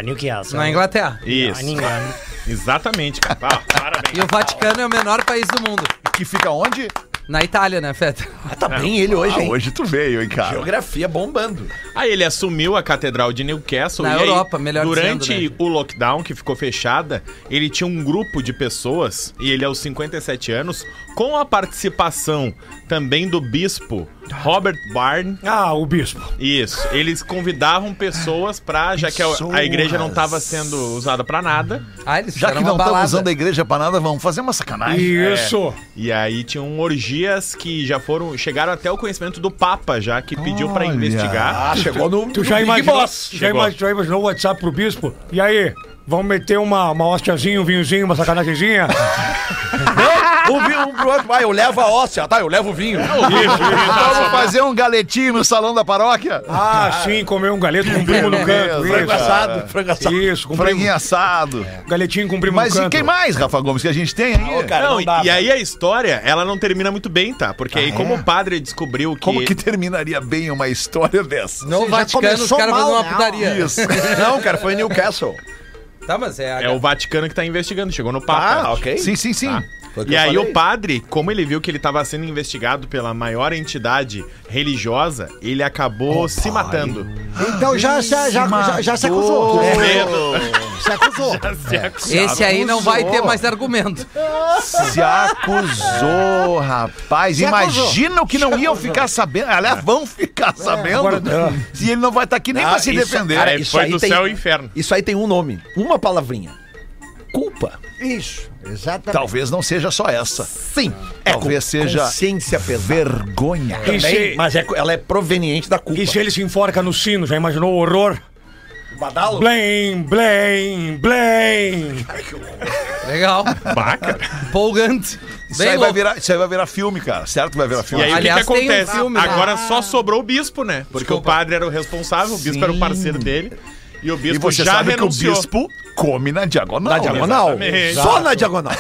[SPEAKER 7] Na Inglaterra.
[SPEAKER 9] Isso. Exatamente, cara. Ah, parabéns.
[SPEAKER 7] E o Vaticano é o menor país do mundo.
[SPEAKER 4] que fica onde?
[SPEAKER 7] Na Itália, né, Feta?
[SPEAKER 5] tá bem ele hoje,
[SPEAKER 4] Ah,
[SPEAKER 5] hein?
[SPEAKER 4] hoje tu veio, hein, cara?
[SPEAKER 5] Geografia bombando.
[SPEAKER 9] Aí ele assumiu a catedral de Newcastle
[SPEAKER 7] Na
[SPEAKER 9] e aí,
[SPEAKER 7] Europa, melhor
[SPEAKER 9] durante
[SPEAKER 7] dizendo, né?
[SPEAKER 9] o lockdown que ficou fechada, ele tinha um grupo de pessoas e ele aos 57 anos com a participação também do bispo Robert Barn.
[SPEAKER 6] Ah, o bispo.
[SPEAKER 9] Isso, eles convidavam pessoas pra, já que a, a igreja não tava sendo usada pra nada.
[SPEAKER 7] Ah, eles
[SPEAKER 4] Já
[SPEAKER 7] fizeram
[SPEAKER 4] que não
[SPEAKER 7] uma
[SPEAKER 4] estamos
[SPEAKER 7] balada.
[SPEAKER 4] usando a igreja pra nada, vamos fazer uma sacanagem.
[SPEAKER 6] Isso.
[SPEAKER 9] E aí tinham orgias que já foram chegaram até o conhecimento do Papa já que pediu pra
[SPEAKER 4] Olha.
[SPEAKER 9] investigar.
[SPEAKER 5] Ah, chegou no,
[SPEAKER 6] Tu
[SPEAKER 5] no
[SPEAKER 6] já
[SPEAKER 5] Big
[SPEAKER 6] imaginou,
[SPEAKER 5] Boss.
[SPEAKER 6] já, ima- já imaginou o WhatsApp pro bispo? E aí, vamos meter uma, uma hostiazinha, um vinhozinho, uma sacanagemzinha?
[SPEAKER 5] Um vinho um pro outro. Ah, eu levo a óssea, tá? Eu levo o vinho.
[SPEAKER 9] É
[SPEAKER 8] Ah,
[SPEAKER 4] Vamos fazer um galetinho no salão da paróquia?
[SPEAKER 6] Ah, sim, comer um galeto com primo no canto.
[SPEAKER 5] Frango
[SPEAKER 6] Isso,
[SPEAKER 5] assado, frango assado.
[SPEAKER 6] isso com um
[SPEAKER 4] Franguinho
[SPEAKER 6] primo,
[SPEAKER 4] assado.
[SPEAKER 6] galetinho com primo
[SPEAKER 4] Mas e
[SPEAKER 6] no canto.
[SPEAKER 4] quem mais, Rafa Gomes, que a gente tem aí?
[SPEAKER 5] Ô, cara,
[SPEAKER 9] Não,
[SPEAKER 5] não dá,
[SPEAKER 9] e aí a história, ela não termina muito bem, tá? Porque aí como o padre descobriu que
[SPEAKER 4] Como que terminaria bem uma história dessa?
[SPEAKER 7] No Vaticano, os
[SPEAKER 8] começou
[SPEAKER 7] caras
[SPEAKER 8] mal,
[SPEAKER 7] fazendo uma
[SPEAKER 8] né?
[SPEAKER 7] putaria.
[SPEAKER 4] Isso.
[SPEAKER 5] Não, cara, foi Newcastle.
[SPEAKER 7] Tá, mas é... a-
[SPEAKER 9] é o Vaticano que tá investigando, chegou no Papa.
[SPEAKER 5] ok.
[SPEAKER 4] Ah, Sim, sim, sim.
[SPEAKER 5] Foi o que
[SPEAKER 9] E
[SPEAKER 5] eu
[SPEAKER 9] aí
[SPEAKER 5] falei.
[SPEAKER 9] o padre, como ele viu que ele estava sendo investigado pela maior entidade religiosa, ele acabou se matando.
[SPEAKER 8] Então já, se- já, já, já se acusou.
[SPEAKER 9] Com
[SPEAKER 8] É,
[SPEAKER 9] medo.
[SPEAKER 8] se acusou.
[SPEAKER 7] Esse aí não vai ter mais argumento.
[SPEAKER 4] Se acusou, rapaz.
[SPEAKER 8] Se acusou.
[SPEAKER 4] Imagina o que não iam ficar sabendo. Aliás, vão ficar sabendo.
[SPEAKER 6] Agora-
[SPEAKER 4] se ele não vai estar aqui nem
[SPEAKER 5] Ah,
[SPEAKER 4] vai se
[SPEAKER 5] isso-
[SPEAKER 4] defender.
[SPEAKER 5] cara,
[SPEAKER 9] É,
[SPEAKER 5] isso
[SPEAKER 9] foi
[SPEAKER 5] aí
[SPEAKER 9] do
[SPEAKER 5] tem-
[SPEAKER 9] céu ao inferno.
[SPEAKER 5] Isso aí tem um nome, uma palavrinha. Culpa.
[SPEAKER 8] Isso, exatamente.
[SPEAKER 4] Talvez não seja só essa.
[SPEAKER 5] Sim.
[SPEAKER 4] Talvez seja
[SPEAKER 5] Consciência pesada.
[SPEAKER 4] vergonha.
[SPEAKER 6] E
[SPEAKER 5] Também,
[SPEAKER 6] se,
[SPEAKER 5] mas é, ela é proveniente da culpa.
[SPEAKER 6] e se ele se enforca no sino? Já imaginou o horror?
[SPEAKER 5] badalo?
[SPEAKER 6] Blém, blém, blém.
[SPEAKER 7] Legal.
[SPEAKER 9] Baca.
[SPEAKER 7] Empolgante.
[SPEAKER 4] Isso
[SPEAKER 7] Bem
[SPEAKER 4] aí, vai
[SPEAKER 7] louco.
[SPEAKER 4] virar, isso aí vai virar filme, cara. Certo? Vai virar
[SPEAKER 9] E
[SPEAKER 4] filme.
[SPEAKER 9] aí
[SPEAKER 7] Aliás,
[SPEAKER 9] o que que,
[SPEAKER 7] tem um
[SPEAKER 9] acontece?
[SPEAKER 7] filme, né?
[SPEAKER 9] Agora só sobrou o bispo, né? Porque
[SPEAKER 7] Desculpa.
[SPEAKER 9] o padre era o responsável, o bispo era o parceiro dele. E o
[SPEAKER 4] E
[SPEAKER 9] bispo
[SPEAKER 4] você
[SPEAKER 9] já
[SPEAKER 4] sabe
[SPEAKER 9] renunciou.
[SPEAKER 4] que o bispo come na diagonal.
[SPEAKER 5] Na diagonal?
[SPEAKER 9] Exatamente. É.
[SPEAKER 5] Só na diagonal.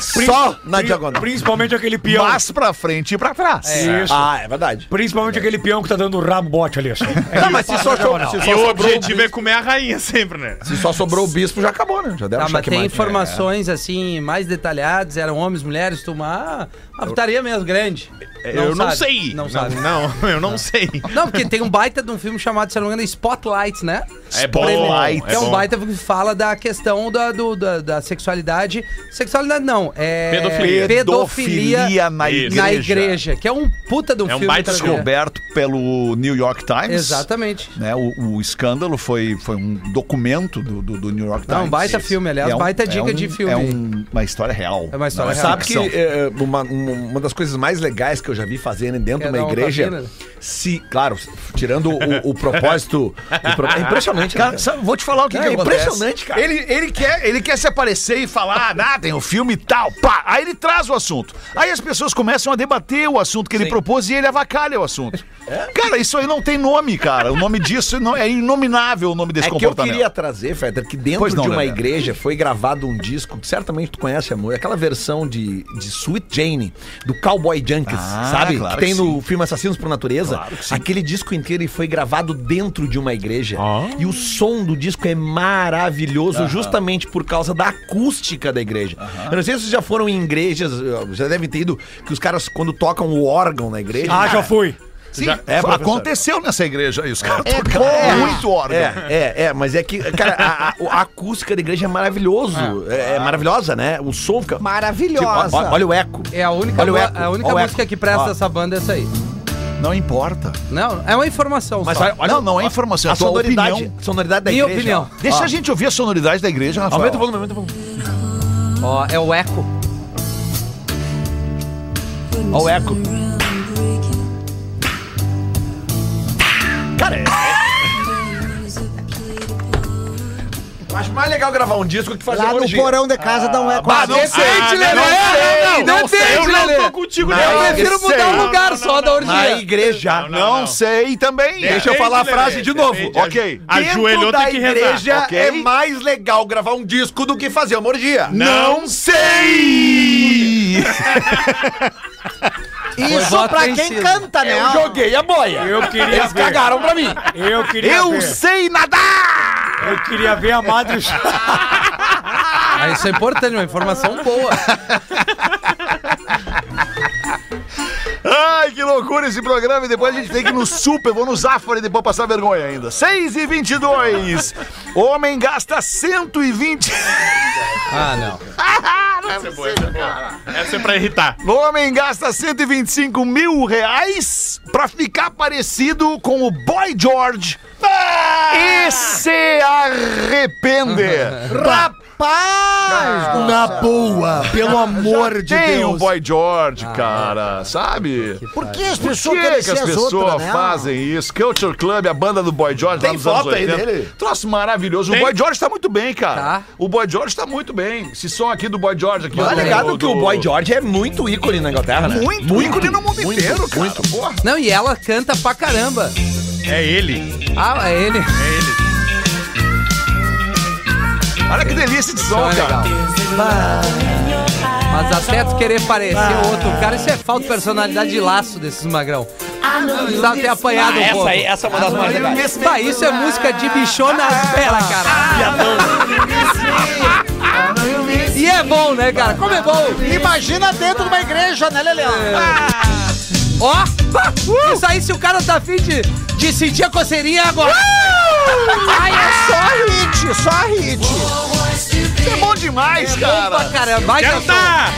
[SPEAKER 5] Só na
[SPEAKER 6] Pri-
[SPEAKER 5] diagonal.
[SPEAKER 6] Principalmente aquele
[SPEAKER 4] Né?
[SPEAKER 6] peão.
[SPEAKER 4] Mas pra frente e pra trás.
[SPEAKER 6] Isso.
[SPEAKER 5] Ah, é verdade.
[SPEAKER 6] Principalmente aquele peão que tá dando o rabo bote ali, assim.
[SPEAKER 5] Não, mas se só, cho- se
[SPEAKER 9] E
[SPEAKER 5] só sobrou
[SPEAKER 9] o
[SPEAKER 5] o
[SPEAKER 9] objetivo é comer a rainha sempre, né?
[SPEAKER 5] Se só sobrou o bispo, já acabou, né? Já deram
[SPEAKER 7] Tá, mas tem
[SPEAKER 5] checkmate.
[SPEAKER 7] informações assim mais detalhadas, eram homens, mulheres, tu uma, uma putaria mesmo grande.
[SPEAKER 9] É, eu não
[SPEAKER 7] sabe,
[SPEAKER 9] sei.
[SPEAKER 7] Não sabe. Não,
[SPEAKER 9] Não, eu não, sei.
[SPEAKER 7] porque tem um baita de um filme chamado, se eu não me engano, Spotlight, né?
[SPEAKER 9] É bom,
[SPEAKER 7] Prêmio-
[SPEAKER 9] é
[SPEAKER 7] é um
[SPEAKER 9] bom.
[SPEAKER 7] baita que fala da questão da, do- da, da sexualidade. Sexualidade não, é.
[SPEAKER 9] Pedofilia.
[SPEAKER 7] Pedofilia
[SPEAKER 4] na
[SPEAKER 9] Isso.
[SPEAKER 4] igreja.
[SPEAKER 7] na igreja, que é um puta de um
[SPEAKER 9] É um
[SPEAKER 7] filme.
[SPEAKER 9] baita
[SPEAKER 7] também.
[SPEAKER 4] Descoberto pelo New York Times.
[SPEAKER 7] Exatamente.
[SPEAKER 4] né, o, o escândalo foi, foi um documento do, do, do New York
[SPEAKER 7] Não,
[SPEAKER 4] Times.
[SPEAKER 7] baita filme, aliás, baita dica de filme.
[SPEAKER 4] É um- uma história real.
[SPEAKER 7] É uma história
[SPEAKER 4] Não
[SPEAKER 7] real.
[SPEAKER 5] Sabe que
[SPEAKER 4] ficção.
[SPEAKER 5] é, uma, uma- uma das coisas mais legais que eu já vi fazerem dentro
[SPEAKER 7] Quer
[SPEAKER 5] de
[SPEAKER 7] dar
[SPEAKER 5] uma
[SPEAKER 7] uma
[SPEAKER 5] igreja,
[SPEAKER 7] tapinha? né?
[SPEAKER 5] se, claro, tirando o, o propósito, o pro- é impressionante, né,
[SPEAKER 4] Cara, sabe, vou te falar o que,
[SPEAKER 5] É
[SPEAKER 4] que acontece.
[SPEAKER 5] impressionante, cara.
[SPEAKER 4] Ele, ele, quer, ele quer se aparecer e falar, ah, nada, tem um filme e tal, pá. Aí ele traz o assunto. Aí as pessoas começam a debater o assunto que ele propôs e ele avacalha o assunto.
[SPEAKER 5] É?
[SPEAKER 4] Cara, isso aí não tem nome, cara. O nome disso não, é inominável o nome desse
[SPEAKER 5] É que eu
[SPEAKER 4] comportamento.
[SPEAKER 5] queria trazer, Feder, que dentro
[SPEAKER 4] Pois não,
[SPEAKER 5] de uma
[SPEAKER 4] Lelé.
[SPEAKER 5] igreja foi gravado um disco, que certamente tu conhece, amor, aquela versão de, de Sweet Jane, do Cowboy Junkies,
[SPEAKER 4] Ah,
[SPEAKER 5] sabe?
[SPEAKER 4] claro
[SPEAKER 5] que tem
[SPEAKER 4] que
[SPEAKER 5] no filme Assassinos por Natureza.
[SPEAKER 4] Claro que sim.
[SPEAKER 5] Aquele disco inteiro ele foi gravado dentro de uma igreja.
[SPEAKER 4] Ah.
[SPEAKER 5] E o som do disco é maravilhoso, justamente por causa da acústica da igreja. Eu não sei se vocês já foram em igrejas, eh, já devem ter ido, que os caras, quando tocam o órgão na igreja.
[SPEAKER 6] Ah, já fui.
[SPEAKER 4] Sim,
[SPEAKER 5] é, professor.
[SPEAKER 4] aconteceu nessa igreja aí. Os caras
[SPEAKER 8] É,
[SPEAKER 4] tocaram
[SPEAKER 8] é.
[SPEAKER 4] muito órgão.
[SPEAKER 5] É, é, é, mas é que, cara, a, a- a acústica da igreja é maravilhoso. É, é maravilhosa, né? O som fica.
[SPEAKER 8] Maravilhosa.
[SPEAKER 5] Tipo, ó- olha o eco.
[SPEAKER 7] É a única,
[SPEAKER 5] Olha o
[SPEAKER 7] mu-
[SPEAKER 5] eco,
[SPEAKER 7] a única
[SPEAKER 5] olha o
[SPEAKER 7] música
[SPEAKER 5] eco.
[SPEAKER 7] que presta
[SPEAKER 5] Ó.
[SPEAKER 7] essa banda é essa aí.
[SPEAKER 4] Não importa.
[SPEAKER 7] Não, é uma informação
[SPEAKER 5] Mas
[SPEAKER 7] só.
[SPEAKER 5] olha, olha-
[SPEAKER 4] Não, não é informação, é
[SPEAKER 5] A
[SPEAKER 4] tua
[SPEAKER 5] sonoridade,
[SPEAKER 4] opinião.
[SPEAKER 5] sonoridade da
[SPEAKER 7] Minha
[SPEAKER 5] igreja.
[SPEAKER 7] opinião.
[SPEAKER 5] ó.
[SPEAKER 4] Deixa a gente ouvir a sonoridade da igreja, Rafael.
[SPEAKER 5] Aumenta o volume, aumenta o volume.
[SPEAKER 7] Ó, é o eco.
[SPEAKER 5] Olha o eco. Cara, é. Eu Acho mais legal gravar um disco que fazer
[SPEAKER 8] Lá no
[SPEAKER 5] orgia.
[SPEAKER 8] porão de casa dá um eco.
[SPEAKER 4] Tá. Ah, não sei,
[SPEAKER 7] Defende, Lelê!
[SPEAKER 4] não,
[SPEAKER 7] é né? Não, defende,
[SPEAKER 9] eu não
[SPEAKER 7] Lelê!
[SPEAKER 9] tô contigo,
[SPEAKER 5] Não,
[SPEAKER 7] Eu
[SPEAKER 5] eu
[SPEAKER 7] prefiro
[SPEAKER 4] sei.
[SPEAKER 7] mudar o
[SPEAKER 4] Não,
[SPEAKER 7] lugar
[SPEAKER 9] não,
[SPEAKER 7] só
[SPEAKER 9] não,
[SPEAKER 7] da
[SPEAKER 9] não.
[SPEAKER 5] Na
[SPEAKER 7] orgia.
[SPEAKER 5] igreja.
[SPEAKER 9] Não,
[SPEAKER 4] Não sei também.
[SPEAKER 5] Deixa eu falar a
[SPEAKER 9] Defende,
[SPEAKER 5] frase
[SPEAKER 9] Lelê,
[SPEAKER 5] de novo.
[SPEAKER 9] defende.
[SPEAKER 4] Ok.
[SPEAKER 9] A-
[SPEAKER 5] Dentro
[SPEAKER 9] Ajoelhou,
[SPEAKER 5] da
[SPEAKER 9] tem que rezar.
[SPEAKER 5] igreja
[SPEAKER 4] Ok.
[SPEAKER 5] é mais legal gravar um disco do que fazer uma orgia.
[SPEAKER 9] Não
[SPEAKER 4] sei!
[SPEAKER 8] Isso
[SPEAKER 7] voto
[SPEAKER 8] pra quem
[SPEAKER 7] vencido.
[SPEAKER 8] canta,
[SPEAKER 4] É
[SPEAKER 8] né?
[SPEAKER 4] um
[SPEAKER 5] Eu joguei a boia.
[SPEAKER 6] Eu queria
[SPEAKER 5] Eles
[SPEAKER 6] ver.
[SPEAKER 5] cagaram pra mim.
[SPEAKER 6] Eu queria
[SPEAKER 4] Eu
[SPEAKER 6] ver.
[SPEAKER 4] sei nadar!
[SPEAKER 6] Eu queria ver a Madre
[SPEAKER 7] Ah, isso é importante, uma informação boa.
[SPEAKER 4] que loucura esse programa. E depois a gente tem que ir no Super, vou no Zafari depois passar vergonha ainda. 6 e 22. Homem gasta 120...
[SPEAKER 7] Ah, não.
[SPEAKER 9] Essa é boa, essa é boa. Essa é pra irritar.
[SPEAKER 4] Homem gasta 125 mil reais pra ficar parecido com o Boy George
[SPEAKER 9] Ah!
[SPEAKER 4] e se arrepende.
[SPEAKER 8] Rapaz!
[SPEAKER 5] Na boa, pelo amor de
[SPEAKER 4] Tem
[SPEAKER 5] Deus.
[SPEAKER 4] o Boy George,
[SPEAKER 7] Ah,
[SPEAKER 4] cara, sabe?
[SPEAKER 8] Por que as
[SPEAKER 4] Por
[SPEAKER 8] pessoas
[SPEAKER 4] que, que
[SPEAKER 8] parecem
[SPEAKER 4] as
[SPEAKER 8] as
[SPEAKER 4] pessoas
[SPEAKER 8] outras, né?
[SPEAKER 4] fazem isso? Culture Club, a banda do Boy George
[SPEAKER 5] Tem
[SPEAKER 4] lá nos anos
[SPEAKER 5] foto aí
[SPEAKER 4] 80.
[SPEAKER 5] dele?
[SPEAKER 4] Troço maravilhoso. O Boy George tá muito bem, cara.
[SPEAKER 7] Tá.
[SPEAKER 4] O Boy George tá muito bem. Esse som aqui do Boy George aqui.
[SPEAKER 5] Tá
[SPEAKER 4] ó, do-
[SPEAKER 5] ligado que o
[SPEAKER 4] do-
[SPEAKER 5] Boy George é muito ícone na Inglaterra, né?
[SPEAKER 4] Muito, muito, ícone no mundo inteiro, cara. Porra.
[SPEAKER 7] Não, e ela canta pra caramba.
[SPEAKER 9] É ele.
[SPEAKER 7] Ah, é ele.
[SPEAKER 4] Olha que delícia de som,
[SPEAKER 7] Então é
[SPEAKER 4] cara.
[SPEAKER 7] legal. Mas até tu querer parecer outro cara, isso é falta de personalidade de laço desses magrão. Precisava ter apanhado um pouco.
[SPEAKER 5] essa é uma das mais legais.
[SPEAKER 7] Bah, isso é música de bichona
[SPEAKER 8] Ah,
[SPEAKER 7] fera, cara. Ah,
[SPEAKER 8] ah,
[SPEAKER 7] E é bom, né, cara? Como é bom. É.
[SPEAKER 8] Imagina dentro de uma igreja, né, Leleão?
[SPEAKER 7] Ó, bah, isso aí se o cara tá afim de, de sentir a coceirinha é agora.
[SPEAKER 8] Ai, é só hit, só hit.
[SPEAKER 4] É bom demais,
[SPEAKER 7] Bom pra
[SPEAKER 4] cara.
[SPEAKER 7] caramba. Vai,
[SPEAKER 9] Quero
[SPEAKER 7] Cachorro.
[SPEAKER 9] tá!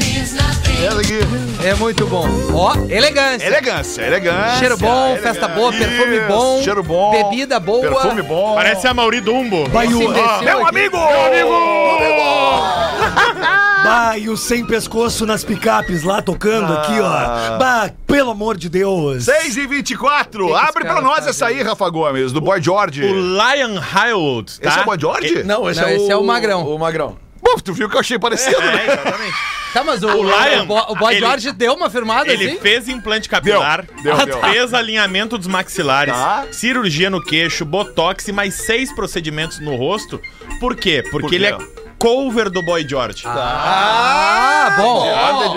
[SPEAKER 4] Essa aqui.
[SPEAKER 7] É muito bom. Ó, elegância.
[SPEAKER 4] Elegância, elegância.
[SPEAKER 7] Cheiro bom, festa boa, perfume
[SPEAKER 4] Isso,
[SPEAKER 7] bom,
[SPEAKER 4] Cheiro bom.
[SPEAKER 7] bebida boa.
[SPEAKER 4] Perfume bom.
[SPEAKER 9] Parece a Mauri Dumbo.
[SPEAKER 7] Esse
[SPEAKER 6] Baiu,
[SPEAKER 7] imbecil
[SPEAKER 4] Meu
[SPEAKER 7] aqui.
[SPEAKER 4] amigo! Meu amigo!
[SPEAKER 6] baio sem pescoço nas picapes lá tocando aqui, ó. Bah, pelo amor de Deus.
[SPEAKER 4] 6 e 24.
[SPEAKER 7] que esse
[SPEAKER 4] Abre pra
[SPEAKER 7] cara
[SPEAKER 4] nós
[SPEAKER 7] faz
[SPEAKER 4] essa aí, Rafa Gomes, do Boy George.
[SPEAKER 9] O Lion Hild, tá?
[SPEAKER 4] É. Esse é o Boy George?
[SPEAKER 5] Não, esse,
[SPEAKER 7] Não,
[SPEAKER 5] é,
[SPEAKER 7] esse
[SPEAKER 5] o...
[SPEAKER 7] é o Magrão.
[SPEAKER 5] O Magrão.
[SPEAKER 4] Bom, tu viu que eu achei parecido,
[SPEAKER 9] É,
[SPEAKER 4] né?
[SPEAKER 9] exatamente.
[SPEAKER 7] Tá, mas o,
[SPEAKER 9] O
[SPEAKER 7] o,
[SPEAKER 9] Lion,
[SPEAKER 7] o, Bo- o Boy
[SPEAKER 9] ele-
[SPEAKER 7] George deu uma firmada
[SPEAKER 9] Ele
[SPEAKER 7] assim?
[SPEAKER 9] fez implante capilar,
[SPEAKER 4] Deu, deu, deu.
[SPEAKER 9] fez alinhamento dos maxilares,
[SPEAKER 4] Tá.
[SPEAKER 9] cirurgia no queixo, botox e mais seis procedimentos no rosto. Por quê? Porque
[SPEAKER 4] Por quê? Tá.
[SPEAKER 9] ele é cover do Boy George.
[SPEAKER 7] Ah, bom.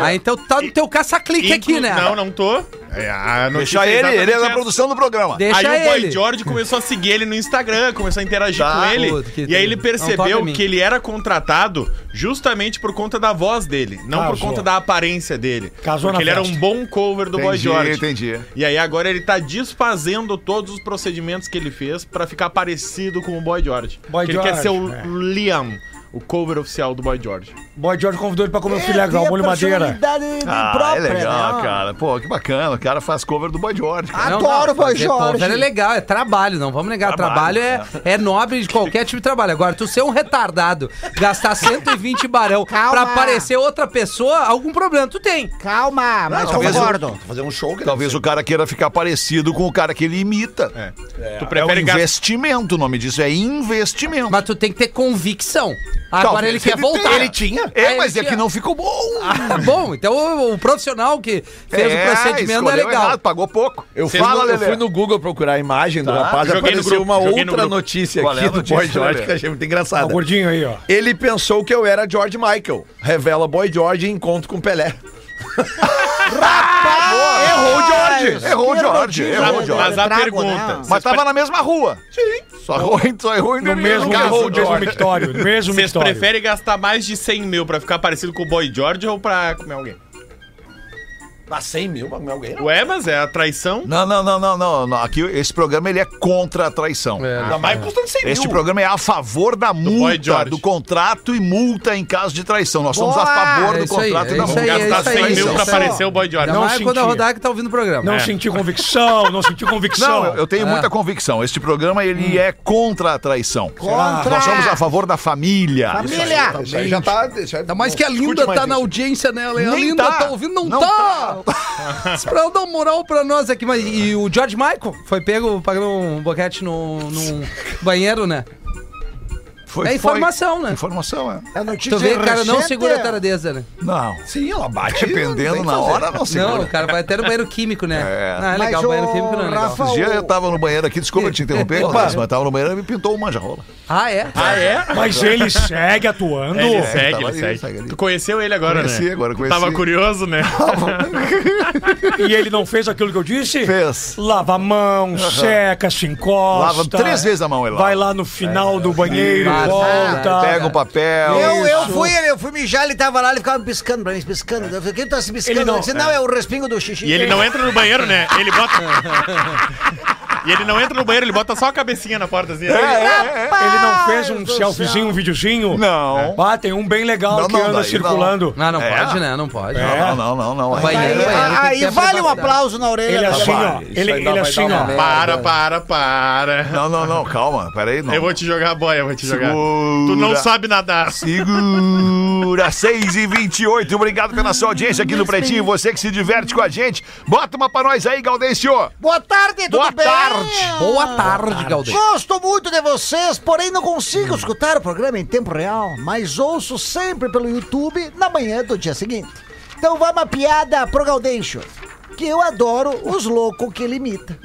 [SPEAKER 7] Ah, então tá no teu caça-clique aqui,
[SPEAKER 9] Inclu-
[SPEAKER 7] né?
[SPEAKER 9] Não, não tô. É, a notícia
[SPEAKER 4] Deixa
[SPEAKER 9] é
[SPEAKER 4] ele, ele é
[SPEAKER 9] exatamente
[SPEAKER 4] da
[SPEAKER 9] essa.
[SPEAKER 4] produção do programa.
[SPEAKER 9] Aí
[SPEAKER 7] Deixa
[SPEAKER 9] o Boy
[SPEAKER 7] é ele.
[SPEAKER 9] George começou a seguir ele no Instagram, começou a interagir
[SPEAKER 4] Tá.
[SPEAKER 9] com ele.
[SPEAKER 7] Puta, que
[SPEAKER 9] e aí ele
[SPEAKER 7] não toca
[SPEAKER 9] percebeu
[SPEAKER 7] em mim.
[SPEAKER 9] que ele era contratado justamente por conta da voz dele, não
[SPEAKER 7] Ah,
[SPEAKER 9] por
[SPEAKER 6] Casou.
[SPEAKER 9] conta da aparência dele.
[SPEAKER 6] Casou
[SPEAKER 9] porque
[SPEAKER 6] na
[SPEAKER 9] ele era um
[SPEAKER 6] festa.
[SPEAKER 9] bom cover do Boy
[SPEAKER 4] Entendi,
[SPEAKER 9] George.
[SPEAKER 4] entendi.
[SPEAKER 9] E aí agora ele tá desfazendo todos os procedimentos que ele fez pra ficar parecido com o Boy George.
[SPEAKER 6] Boy
[SPEAKER 9] Porque ele quer
[SPEAKER 6] George,
[SPEAKER 9] ser o
[SPEAKER 6] é.
[SPEAKER 9] Liam, o cover oficial do Boy George.
[SPEAKER 6] Boy George convidou ele pra comer o filé
[SPEAKER 8] Tem
[SPEAKER 6] grau,
[SPEAKER 8] a
[SPEAKER 6] molho madeira.
[SPEAKER 8] É personalidade
[SPEAKER 4] Ah,
[SPEAKER 8] própria,
[SPEAKER 4] é legal,
[SPEAKER 8] né?
[SPEAKER 4] cara. Pô, que bacana. O cara faz cover do Boy George. cara.
[SPEAKER 8] Adoro o Boy
[SPEAKER 7] fazer
[SPEAKER 8] Jorge.
[SPEAKER 7] cover É legal, é trabalho, não vamos negar.
[SPEAKER 4] Trabalho,
[SPEAKER 7] Trabalho, é, é nobre de qualquer tipo de trabalho. Agora, tu ser um retardado, gastar 120 barão pra
[SPEAKER 8] Calma.
[SPEAKER 7] aparecer outra pessoa, algum problema tu tem.
[SPEAKER 8] Calma, mas
[SPEAKER 4] talvez eu-
[SPEAKER 8] concordo.
[SPEAKER 5] Fazer um show, cara.
[SPEAKER 4] Talvez o cara queira ficar parecido com o cara que ele imita. É,
[SPEAKER 9] Tu
[SPEAKER 4] um
[SPEAKER 9] prefere gastar
[SPEAKER 4] investimento, o nome disso é investimento.
[SPEAKER 7] Mas tu tem que ter convicção. Agora
[SPEAKER 4] Talvez
[SPEAKER 7] ele quer
[SPEAKER 4] tenha.
[SPEAKER 7] voltar.
[SPEAKER 4] Ele tinha.
[SPEAKER 7] É,
[SPEAKER 4] É,
[SPEAKER 7] ele
[SPEAKER 4] mas é
[SPEAKER 7] tinha.
[SPEAKER 4] que não ficou bom.
[SPEAKER 7] Ah, bom, então o, o profissional que fez o procedimento é
[SPEAKER 4] escolheu
[SPEAKER 7] legal.
[SPEAKER 4] errado, pagou pouco.
[SPEAKER 5] Eu Tá. fui,
[SPEAKER 4] Fala,
[SPEAKER 5] no, eu
[SPEAKER 4] Lelê.
[SPEAKER 5] fui no Google procurar a imagem do rapaz,
[SPEAKER 9] joguei no
[SPEAKER 5] apareceu
[SPEAKER 9] grupo,
[SPEAKER 5] uma
[SPEAKER 9] joguei no
[SPEAKER 5] outra
[SPEAKER 9] grupo.
[SPEAKER 5] notícia
[SPEAKER 4] Qual é
[SPEAKER 5] aqui
[SPEAKER 4] a
[SPEAKER 5] do
[SPEAKER 4] notícia,
[SPEAKER 5] Boy George
[SPEAKER 4] Lelê?
[SPEAKER 5] que eu achei muito
[SPEAKER 6] Ó,
[SPEAKER 5] engraçada.
[SPEAKER 6] O gordinho aí, ó.
[SPEAKER 5] Ele pensou que eu era George Michael. Revela Boy George em encontro com Pelé.
[SPEAKER 4] Errou o George.
[SPEAKER 8] Ah,
[SPEAKER 4] É, Errou o
[SPEAKER 8] que
[SPEAKER 4] George.
[SPEAKER 8] rodízio,
[SPEAKER 4] Errou o
[SPEAKER 8] né?
[SPEAKER 4] George.
[SPEAKER 9] Mas a
[SPEAKER 8] Trago,
[SPEAKER 9] pergunta.
[SPEAKER 8] né?
[SPEAKER 4] Mas tava na mesma rua. Sim. Só errou, só errou o
[SPEAKER 6] No
[SPEAKER 4] endereço.
[SPEAKER 6] mesmo,
[SPEAKER 4] Nunca errou
[SPEAKER 6] mesmo,
[SPEAKER 4] o um
[SPEAKER 6] mesmo
[SPEAKER 4] George.
[SPEAKER 6] mictório, no mesmo
[SPEAKER 9] Vocês
[SPEAKER 6] mictório.
[SPEAKER 9] preferem gastar mais de 100 mil pra ficar parecido com o Boy George ou pra é? comer alguém?
[SPEAKER 5] Ah, 100 mil, mas não é alguém não.
[SPEAKER 9] Ué, mas é a traição.
[SPEAKER 4] Não, não, não, não, não, não. Aqui esse programa ele é contra a traição.
[SPEAKER 5] Ainda mais custando 100 mil.
[SPEAKER 4] Este programa é a favor da
[SPEAKER 9] Boy
[SPEAKER 4] multa,
[SPEAKER 9] George.
[SPEAKER 4] do contrato e multa em caso de traição. Nós somos a
[SPEAKER 8] Boa!
[SPEAKER 4] favor
[SPEAKER 7] É
[SPEAKER 4] do
[SPEAKER 7] isso aí,
[SPEAKER 4] contrato
[SPEAKER 7] é
[SPEAKER 4] e da
[SPEAKER 7] isso
[SPEAKER 4] multa.
[SPEAKER 7] aí, é
[SPEAKER 9] Gastar
[SPEAKER 7] isso aí,
[SPEAKER 9] 100 mil
[SPEAKER 7] isso
[SPEAKER 9] pra
[SPEAKER 7] aí.
[SPEAKER 9] aparecer o Boy George.
[SPEAKER 7] Ainda
[SPEAKER 6] Não
[SPEAKER 7] mais quando a
[SPEAKER 6] sentia.
[SPEAKER 7] Rodaica tá ouvindo o programa.
[SPEAKER 6] Não senti convicção, não senti convicção.
[SPEAKER 4] Não, eu, eu tenho
[SPEAKER 7] É. Hum.
[SPEAKER 4] muita convicção. Este programa ele é contra a traição.
[SPEAKER 8] Contra.
[SPEAKER 4] Nós somos a favor da família.
[SPEAKER 8] Família!
[SPEAKER 5] Isso aí já tá. Isso aí,
[SPEAKER 7] Ainda mais que a
[SPEAKER 5] discute
[SPEAKER 7] Linda
[SPEAKER 5] mais
[SPEAKER 7] tá na
[SPEAKER 5] isso.
[SPEAKER 7] audiência, né? Ela, a
[SPEAKER 4] Nem
[SPEAKER 7] Linda
[SPEAKER 4] tá.
[SPEAKER 7] tá. ouvindo, não,
[SPEAKER 4] Não
[SPEAKER 7] tá! Isso pra ela dar uma moral pra nós aqui. Mas, e o George Michael foi pego pagando um boquete no, num banheiro, né?
[SPEAKER 4] Foi-
[SPEAKER 7] É informação,
[SPEAKER 4] foi-
[SPEAKER 7] né?
[SPEAKER 4] Informação, é.
[SPEAKER 8] A notícia
[SPEAKER 7] Tu vê que o cara não
[SPEAKER 8] recente
[SPEAKER 7] segura a
[SPEAKER 8] é-
[SPEAKER 7] taradeza, né?
[SPEAKER 4] Não.
[SPEAKER 5] Sim, ela bate.
[SPEAKER 4] Dependendo na hora, não segura.
[SPEAKER 7] Não, o cara vai até no banheiro químico, né?
[SPEAKER 4] É.
[SPEAKER 7] Não, é
[SPEAKER 8] Mas
[SPEAKER 7] legal,
[SPEAKER 8] o
[SPEAKER 7] banheiro químico não é legal.
[SPEAKER 8] Rafa-
[SPEAKER 4] Esses dias eu tava no banheiro aqui, desculpa te interromper, Clarice, mas tava no banheiro e me pintou uma manjarrola.
[SPEAKER 7] Ah, é?
[SPEAKER 9] Ah, é?
[SPEAKER 6] Mas ele segue atuando.
[SPEAKER 9] Ele
[SPEAKER 4] Ele
[SPEAKER 9] segue,
[SPEAKER 4] tava
[SPEAKER 9] ele
[SPEAKER 4] ali,
[SPEAKER 9] segue.
[SPEAKER 4] segue ali.
[SPEAKER 9] Tu conheceu ele agora,
[SPEAKER 4] Conheci
[SPEAKER 9] né?
[SPEAKER 4] agora,
[SPEAKER 9] Tu
[SPEAKER 4] conheci.
[SPEAKER 9] Tava curioso, né?
[SPEAKER 6] E ele não fez aquilo que eu disse?
[SPEAKER 4] Fez.
[SPEAKER 6] Lava a mão, seca, se encosta.
[SPEAKER 4] Lava três vezes a mão, ele lava.
[SPEAKER 6] Vai lá no final do banheiro,
[SPEAKER 7] Claro.
[SPEAKER 6] volta.
[SPEAKER 4] Pega o papel.
[SPEAKER 8] Eu, eu
[SPEAKER 6] Isso.
[SPEAKER 8] fui, eu fui mijar, ele tava lá, ele ficava me piscando pra mim, piscando. Eu falei, quem tá se piscando?
[SPEAKER 6] Ele
[SPEAKER 8] Ele
[SPEAKER 6] não-
[SPEAKER 8] não, disse, não, é. o respingo do xixi.
[SPEAKER 9] E ele não entra no banheiro, né? Ele bota. e ele não entra no banheiro, ele bota só a cabecinha na porta assim.
[SPEAKER 6] Ele não fez
[SPEAKER 8] Meu
[SPEAKER 6] um
[SPEAKER 8] Deus
[SPEAKER 6] selfiezinho, um videozinho?
[SPEAKER 4] Não.
[SPEAKER 6] Ah, tem um bem legal
[SPEAKER 4] Não,
[SPEAKER 6] que
[SPEAKER 4] não,
[SPEAKER 6] anda
[SPEAKER 4] daí não.
[SPEAKER 6] circulando.
[SPEAKER 7] Ah, não
[SPEAKER 4] É?
[SPEAKER 7] pode, né? Não pode.
[SPEAKER 2] É.
[SPEAKER 4] Não, não, não, não. não.
[SPEAKER 7] Vai-
[SPEAKER 8] Aí,
[SPEAKER 7] Ele-
[SPEAKER 8] aí
[SPEAKER 7] ele tem que ter
[SPEAKER 8] vale um
[SPEAKER 7] privacidade.
[SPEAKER 8] aplauso na orelha.
[SPEAKER 6] Ele
[SPEAKER 8] da-
[SPEAKER 6] assim,
[SPEAKER 8] Vai.
[SPEAKER 6] ó. Ele, ele assim, ó.
[SPEAKER 9] Para, para, para.
[SPEAKER 4] Não, não, não, calma. Peraí, não.
[SPEAKER 9] Eu vou te jogar a boia, eu vou te jogar.
[SPEAKER 4] Segura.
[SPEAKER 9] Tu não sabe nadar.
[SPEAKER 4] Segura, 6 e 28 Obrigado pela sua audiência aqui no Pretinho. Você que se diverte com a gente. Bota uma pra nós aí, Gaudêncio.
[SPEAKER 8] Boa tarde, tudo
[SPEAKER 4] Boa
[SPEAKER 8] bem?
[SPEAKER 4] tarde.
[SPEAKER 7] Boa tarde, Galdês.
[SPEAKER 8] Gosto muito de vocês, porém não consigo escutar o programa em tempo real, mas ouço sempre pelo YouTube na manhã do dia seguinte. Então vai uma piada pro Gaudêncio, que eu adoro os loucos que ele imita.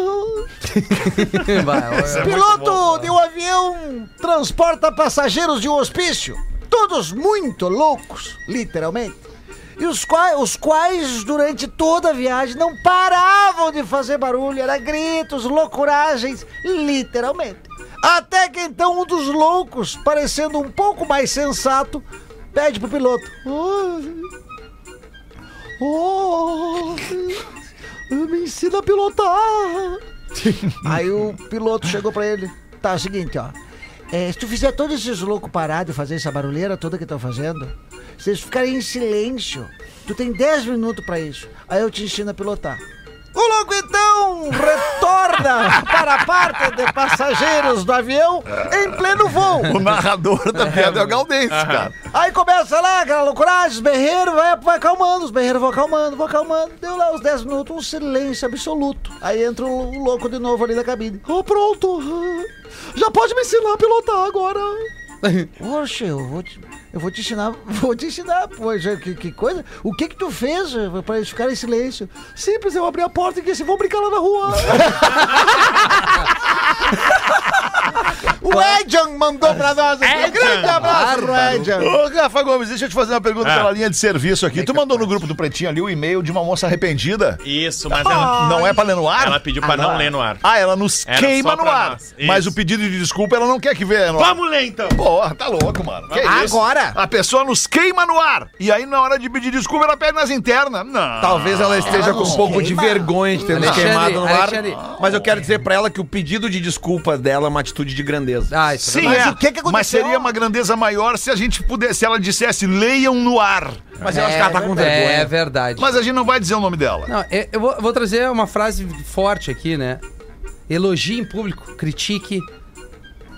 [SPEAKER 7] Vai,
[SPEAKER 8] Piloto de um avião transporta passageiros de um hospício, todos muito loucos, literalmente. E os quais, os quais, durante toda a viagem, não paravam de fazer barulho, era gritos, loucuragens, literalmente. Até que então um dos loucos, parecendo um pouco mais sensato, pede pro piloto: "Oh, oh, me ensina a pilotar. Aí o piloto chegou pra ele. Tá, é o seguinte, ó. É, se tu fizer todos esses loucos parar de fazer essa barulheira toda que estão fazendo, se eles ficarem em silêncio, tu tem 10 minutos pra isso. Aí eu te ensino a pilotar. O louco então retorna para a parte de passageiros do avião em pleno voo.
[SPEAKER 4] O narrador da piada é o Gaudêncio, cara.
[SPEAKER 8] Aí começa lá aquela loucuragem, os berreiros, vai, vai acalmando, os berreiros vão acalmando, vão acalmando. Deu lá uns 10 minutos, um silêncio absoluto. Aí entra o, o louco de novo ali na cabine. Ô, pronto, já pode me ensinar a pilotar agora. Poxa, eu vou te, eu vou te ensinar, vou te ensinar, poxa, que, que coisa. O que que tu fez eh, pra eles ficarem em silêncio? Simples, eu abri a porta e disse, vão brincar lá na rua. o Edson mandou pra nós. aqui. Um grande abraço, pro Edson.
[SPEAKER 4] Ô, Rafa Gomes, deixa eu te fazer uma pergunta
[SPEAKER 9] Ah.
[SPEAKER 4] pela linha de serviço aqui. Tu mandou no grupo do Pretinho ali o e-mail de uma moça arrependida.
[SPEAKER 9] Isso, mas ela,
[SPEAKER 4] Não é pra ler no ar?
[SPEAKER 9] ela pediu pra não ler no ar.
[SPEAKER 4] Ah, ela nos
[SPEAKER 9] Era
[SPEAKER 4] queima
[SPEAKER 9] só
[SPEAKER 4] no
[SPEAKER 9] pra
[SPEAKER 4] ar.
[SPEAKER 9] nós.
[SPEAKER 4] Mas
[SPEAKER 9] Isso.
[SPEAKER 4] o pedido de desculpa ela não quer que venha no ar.
[SPEAKER 9] Vamos ler então.
[SPEAKER 4] Porra, tá louco, mano. Que isso?
[SPEAKER 5] Agora?
[SPEAKER 4] A pessoa nos queima no ar. E aí, na hora de pedir desculpa, ela pede nas internas. Não.
[SPEAKER 9] Tá.
[SPEAKER 5] Talvez ela esteja com um pouco de vergonha de ter nos
[SPEAKER 7] Alexandre,
[SPEAKER 5] queimado no ar.
[SPEAKER 7] Alexandre.
[SPEAKER 5] Mas eu quero dizer pra ela que o pedido de desculpa dela é uma atitude de grandeza.
[SPEAKER 7] Ah, isso é
[SPEAKER 4] Sim,
[SPEAKER 7] verdade.
[SPEAKER 4] é.
[SPEAKER 8] o que que aconteceu?
[SPEAKER 4] Mas seria uma grandeza maior se a gente pudesse, se ela dissesse leiam no ar.
[SPEAKER 5] Mas eu acho que ela tá com
[SPEAKER 7] É
[SPEAKER 5] vergonha.
[SPEAKER 7] verdade.
[SPEAKER 4] Mas a gente não vai dizer o nome dela.
[SPEAKER 7] Não, eu, eu vou, eu vou trazer uma frase forte aqui, né? Elogie em público, critique